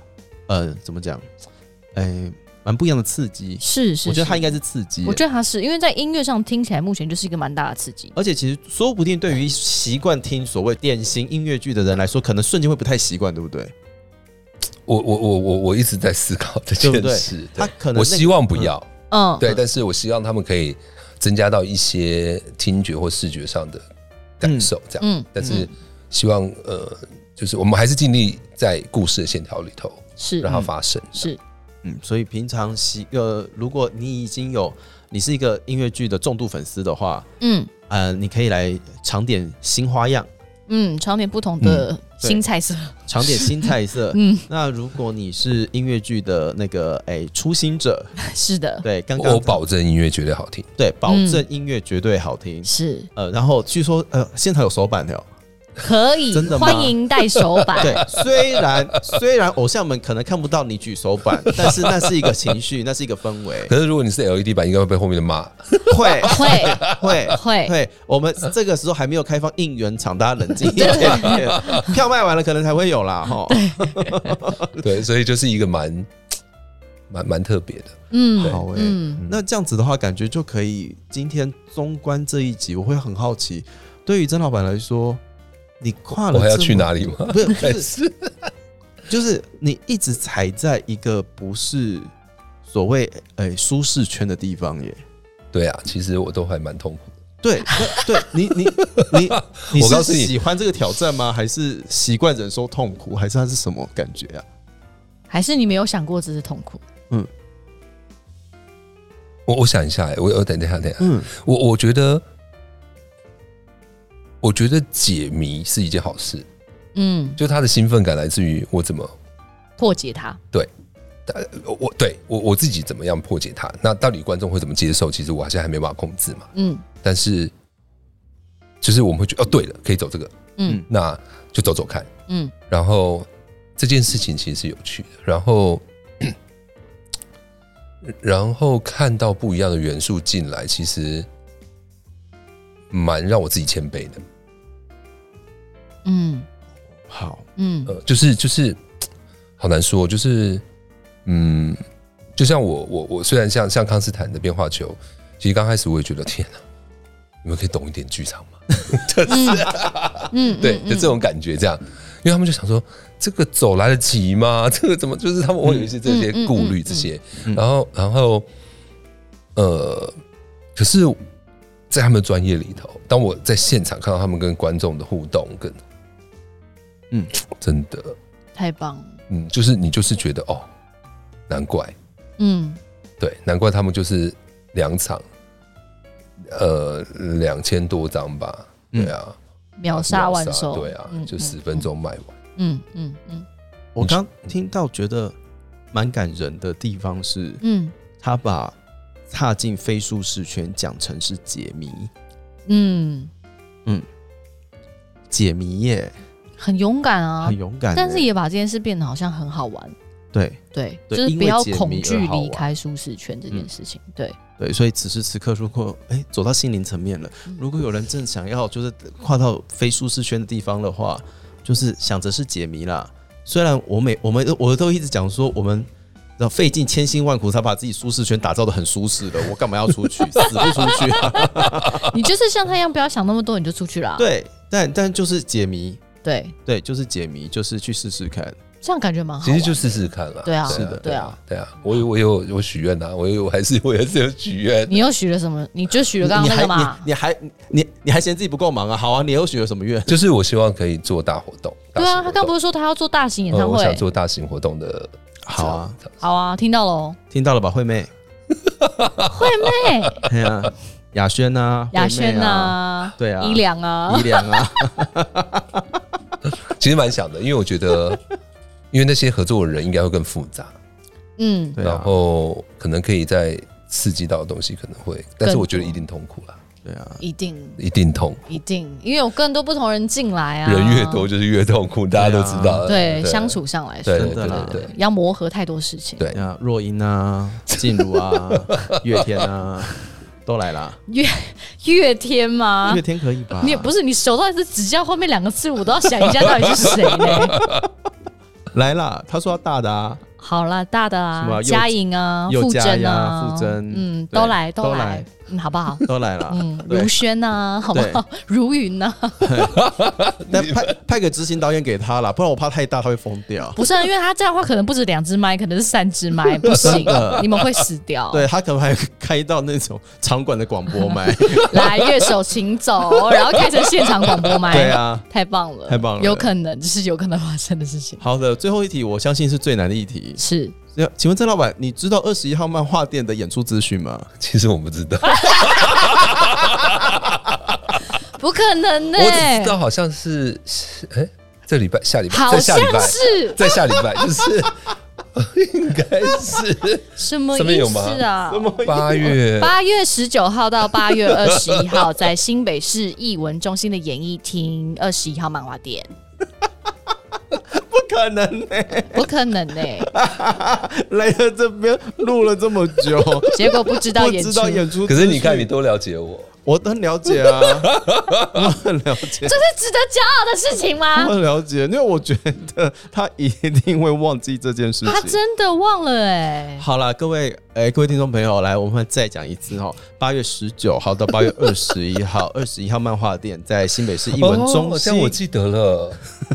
A: 呃，怎么讲？哎、蛮不一样的刺激。
B: 是是，
A: 我觉得它应
B: 该，
A: 该是刺激
B: 我。觉得它是因为在音乐上听起来目前就是一个蛮大的刺激。
A: 而且其实说不定对于习惯听所谓典型音乐剧的人来说，可能瞬间会不太习惯，对不对？
C: 我我我我我一直在思考这
A: 对不
C: 件
A: 对
C: 事，
A: 他
C: 对
A: 可能
C: 我
A: 那
C: 希望不要，
B: 嗯，
C: 对，但是我希望他们可以增加到一些听觉或视觉上的感受，这样。
B: 嗯，
C: 但是希望呃，就是我们还是尽力在故事的线条里头
B: 是
C: 让它发生。
B: 是
A: 嗯，所以平常习呃，如果你已经有你是一个音乐剧的重度粉丝的话，
B: 嗯
A: 呃，你可以来尝点新花样，
B: 嗯，尝点不同的
A: 对
B: 新菜色。。
A: 尝点新菜色
B: [laughs] 嗯，
A: 那如果你是音乐剧的那个哎、初心
B: [laughs]
A: 者，
B: 是的，
A: 对，刚刚
C: 我保证音乐绝对好听，
A: 对保
B: 嗯
A: 证音乐绝对好听。
B: 是
A: 呃，然后据说呃现场有手板的、
B: [laughs]
A: 哦，
B: 可以
A: 真的吗
B: 欢迎带手板。
A: 对，虽然虽然偶像们可能看不到你举手
B: [laughs]
A: 板，但是那是一个情绪，那是一个氛围，
C: 可是如果你是 LED 版，应该会被后面
A: [laughs]
C: 的骂。
A: 会
B: 会
A: 会 [laughs]
B: 会，
A: 对，我们这个时候还没有开放应援场，大家冷静一点。票卖完了，可能才会有啦，哈。
C: 对，所以就是一个蛮蛮蛮特别的。
B: 嗯
A: 好诶、
B: 嗯，
A: 那这样子的话，感觉就可以。今天中观这一集，我会很好奇，对于曾老板来说，你跨了，
C: 我还要去？哪里吗？ [laughs]
A: 不是，就是就是你一直踩在一个不是所谓诶、舒适圈的地方耶。
C: 对啊，其实我都还蛮痛苦的。
A: 对，对对你
C: [laughs]
A: 你你你
C: 我告
A: 是
C: 诉你
A: 喜欢这个挑战吗？还是习惯忍受痛苦？还是它是什么感觉啊？
B: 还是你没有想过这是痛苦？
C: 我我想一下欸，我我等一下等一下，
A: 嗯，
C: 我我觉得，我觉得解谜是一件好事，
B: 嗯，
C: 就他的兴奋感来自于我怎么，
B: 破解它。
C: 我我对我我自己怎么样破解它。那到底观众会怎么接受？其实我现在还没办法控制嘛。
B: 嗯
C: 但是，就是我们会觉得哦，对了，可以走这个，
B: 嗯
C: 那就走走看。
B: 嗯
C: 然后这件事情其实是有趣的，然后然后看到不一样的元素进来，其实蛮让我自己谦卑的。
B: 嗯
A: 好，
B: 嗯
C: 呃，就是就是好难说，就是嗯，就像我我我虽然像像康斯坦的变化球，其实刚开始我也觉得天哪，你们可以懂一点剧场吗？
B: 嗯，
C: 对，
B: 嗯
C: 就这。种感觉这样，因为他们就想说，这个走来得及吗？这个怎么就是他们会有一些这些顾虑这些，然后然后呃，可是，在他们的专业里头，当我在现场看到他们跟观众的互动，跟
A: 嗯，
C: 真的，
B: 太棒了，
C: 嗯，就是你就是觉得哦，难怪，
B: 嗯，
C: 对，难怪他们就是两场，呃，两千多张吧，
A: 嗯
C: 对啊，
B: 秒杀万兽，
C: 对啊，
B: 嗯
C: 就十分，钟卖完。
B: 嗯嗯嗯
A: 我刚听到觉得蛮感人的地方是，
B: 嗯
A: 他把踏进非舒适圈讲成是解谜，
B: 嗯
A: 解谜耶，
B: 嗯，很勇敢啊
A: 很，勇敢耶。欸
B: 但是也把这件事变得好像很好玩，
A: 对
B: 对，
A: 对
B: 就是
A: 因
B: 不
A: 为
B: 要
A: 解谜
B: 恐
A: 而
B: 惧
A: 好
B: 离
A: 玩嗯
B: 开舒适圈这件事情，对，
A: 对，所以此时此刻，如果哎、走到心灵层面了，
B: 嗯
A: 如果有人正想要就是跨到非舒适圈的地方的话，就是想着是解谜啦。虽然我每我们我都一直讲说我们。然后费尽千辛万苦才把自己舒适圈打造的很舒适的，我干嘛要出
B: [laughs]
A: 去？死不出去啊！
B: 你就是像他一样，不要想那么多，你就出去啦，
A: 对，但但就是解谜，
B: 对，
A: 对，就是解谜，就是去试试看。
B: 这样感觉蛮好
C: 其
B: 玩的，
C: 实就试试看了，
B: 对啊
A: 是的
B: 对啊，
C: 对啊，我有我有我许愿啊呐，我有我还是我还是有许愿，
B: 你又许了什么？你就许
A: 你
B: 了刚刚那
A: 还
B: 个嘛，
A: 你你还你你还嫌自己不够忙啊？好啊，你又许了什么愿？
C: 就是我希望可以做大活动。
B: 对
C: 大型
B: 啊，
C: 活
B: 他
C: 动
B: 刚不是说他要做大型演
A: 哦
C: 呃
B: 唱
C: 我想
B: 会？
C: 做大型活动的，
A: 好啊，
C: 这样子，
B: 好啊，听到喽，
A: 听到了吧，惠妹？
B: 惠
A: [laughs]
B: 妹、
A: 对啊，雅轩呐，
B: 雅轩
A: 惠妹啊，
B: 啊，
A: 对啊，
B: 伊良啊
A: 伊，良啊，
C: 其实蛮想的，因为我觉得， [laughs] 因为那些合作的人应该会更复杂，
B: 嗯，
A: 对
C: 然
A: 啊，
C: 后可能可以在刺激到的东西可能会，但是
B: 更
C: 我觉得
B: 多
C: 一定痛苦啦，
A: 对啊，
B: 一定
C: 一定痛苦，
B: 一定，因为有更多不同人进来啊，
C: 人越多，就是越痛苦，大家都知道，
B: 对啊相处上来说
C: 对，
A: 真
C: 对
A: 的啦
C: 对
B: 对
C: 对
B: 对，要磨合太多事情。
C: 对
A: 对啊，若英啊，静茹啊，月天啊，都来啦。
B: 月天吗
A: 月？天可以吧？
B: 你也不是你手到底是指教后面两个字，我都要想一下到底是谁 [laughs] 呢？
A: 来啦，他说要大的啊，
B: 好啦，大的
A: 什么
B: 啊，
A: 又
B: 嘉颖啊，
A: 又
B: 傅
A: 嘉
B: 真
A: 呀
B: 啊，
A: 傅真
B: 嗯，
A: 对
B: 都来
A: 都
B: 都来
A: 来，
B: 嗯，好不 [laughs] 好？
A: 都来啦。
B: 嗯，
A: 对
B: 如轩呐，好不好？ [laughs] 如云啊呐，
A: 但派派个执行导演给他啦，不然我怕太大他会疯掉。
B: 不是啊，因为他这样的话可能不止两只麦，可能是三只 [laughs] 麦，不行，你们会死掉。
A: 对他可能还开到那种场馆的广播麦，
B: 来，乐手请走，然后开成现场广播 [laughs] 麦。
A: 对，啊。
B: 太棒了，
A: 太棒了
B: 有可能，这是有可能发生的事情。
A: 好的，最后一题，我相信是最难的一题。
B: 是，
A: 那请问郑老板，你知道二十一号漫画店的演出资讯吗？
C: 其实我不知道，
B: 哦不可能呢、
C: 我只知道好像是，是哎、这礼拜下礼拜，
B: 好
C: 在下
B: 像
C: 礼拜，
B: 是
C: 在下礼拜，就是 [laughs] 应该
A: [laughs]
C: 是
B: 什么
C: 上面
B: 意
C: 有吗
B: 思啊？
C: 八
A: 呃
C: 月
B: 八月十九号到八月二十一号，在新北市艺文中心的演艺厅二十一号漫画店， [laughs]
A: 不可能呢、 [laughs]
B: 不可能欸呢、
A: 来了这边录了这么
C: [laughs]
A: 久，
B: 结果不知道
A: 不
B: 演
A: 知
B: 出，
A: 道演出。
C: 可是你看，你，多了解我，
A: 我很了解啊，
B: [laughs]
A: 我很了解，
B: 这是值得骄傲的事情吗
A: 我？很了解，因为我觉得他一定会忘记这件事
B: 他
A: 情。
B: 真的忘了哎、
A: 好啦，各位，哎、各位听众朋友，来，我们再讲一次哦，八月十九号到八月二十一号， [laughs] 二十一号漫画店在新北市艺文中
C: 哦这
A: 心。
C: 样我记
A: [laughs]
C: 得了，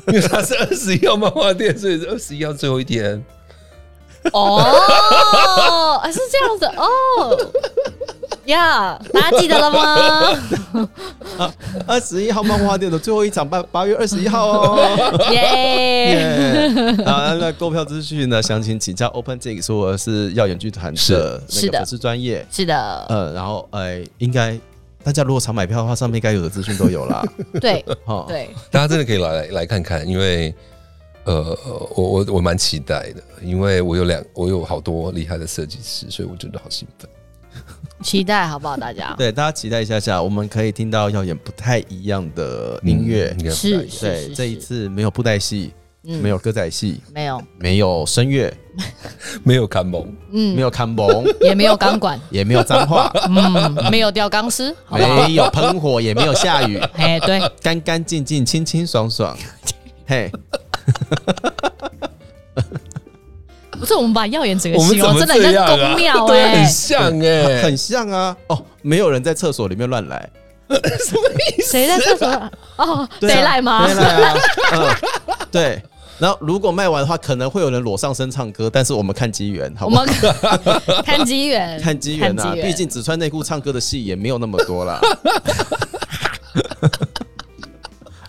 C: 因为它是二十一号漫画店，所以是二十一号最后一天。
A: [laughs]
B: 哦，啊是这样子哦，呀、大家记得
A: [laughs]
B: 了吗？
A: 二十一号漫画店的最后一场，八八月二十一号
C: [laughs]
A: 哦。
B: [laughs] 耶、
A: 耶！ [laughs] 好，那购票资讯呢？详情请加 Open Jig，说我是耀眼剧团的那
B: 是
A: 个
B: 的
A: 粉丝专业。
B: 是的，
A: 呃，然后呃，应该大家如果常买票的话，上面该有的资讯都有
B: [laughs]
A: 啦。 [laughs]
B: 对
A: 哈，
B: 对，
C: 大家真的可以来来看看，因为呃，我我我蛮期待的，因为我有两我有好多厉害的设计师，所以我觉得好兴奋。
B: 期待好不好，大家？
A: 对，大家期待一下下，我们可以听到耀眼不太一样的音乐
C: 嗯。应该不太
B: 是
C: 一样
B: 是
A: 对，
B: 是
A: 这一
B: 是
A: 次没有布袋戏，
B: 嗯
A: 没有歌仔戏，
B: 没有，
A: 没有声乐，
C: 没有看蒙，
B: 嗯，
A: 没有看
B: [laughs]
A: 蒙，
B: 也没有钢管，
A: 也没有脏话，
B: 嗯，没有吊钢丝， [laughs] 好不好？
A: 没有喷火，也没有下雨。
B: 哎，对，
A: 干干净净、清清爽
B: [laughs]
A: 爽。嘿，
B: 不是我们把耀眼整个
C: 我们
B: 形
C: 怎
B: 容
C: 么
B: 真的很
C: 这样
B: 像
C: 啊？
B: 公庙
C: 对，
B: 哎、
C: 很像
A: [laughs]
C: 哎，
A: 很像啊。哦，没有人在厕所里面乱来，
B: 谁在厕所啊？哦，
A: 对啊
B: 谁来吗
A: 没？来啊。嗯，对。然后如果卖完的话，可能会有人裸上身唱歌，但是我们看机缘，好
B: [laughs] 我
A: 不好 [laughs]
B: 们？看机缘，
A: 看机缘啊，
B: 看机
A: 毕竟只穿内裤唱歌的戏也没有那么多啦。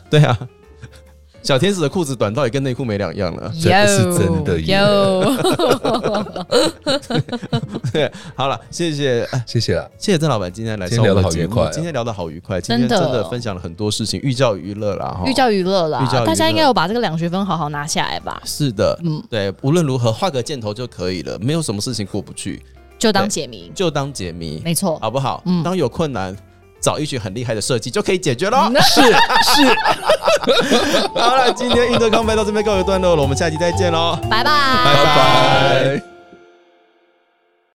A: 对啊，小天使的裤子短到也跟内裤没两样了。
C: 这是真的耶
B: 有，
A: 对，好了，谢谢呃
C: 谢谢啦，
A: 谢谢郑老板今天来
C: 今
A: 上
C: 天
A: 我
C: 聊得
A: 们
C: 好
A: 节
C: 愉
A: 目
C: 快啊
A: 今天聊得好愉快，今天
B: 真的哦
A: 真的分享了很多事情，寓教于乐啦，哈，
B: 寓教于乐啦
A: 寓教于乐，
B: 大家应该有把这个两学分好好拿下来吧，
A: 是的，
B: 嗯
A: 对，无论如何画个箭头就可以了，没有什么事情过不去，
B: 就当解谜，
A: 就当解谜，
B: 没错，
A: 好不好？
B: 嗯
A: 当有困难，找一群很厉害的设计就可以解决
B: 嗯
A: [laughs] 喽。
C: 是是。
A: 好了，今天运动康拜到这边告一段落了，我们下期再见喽，
B: 拜拜。
A: 拜拜。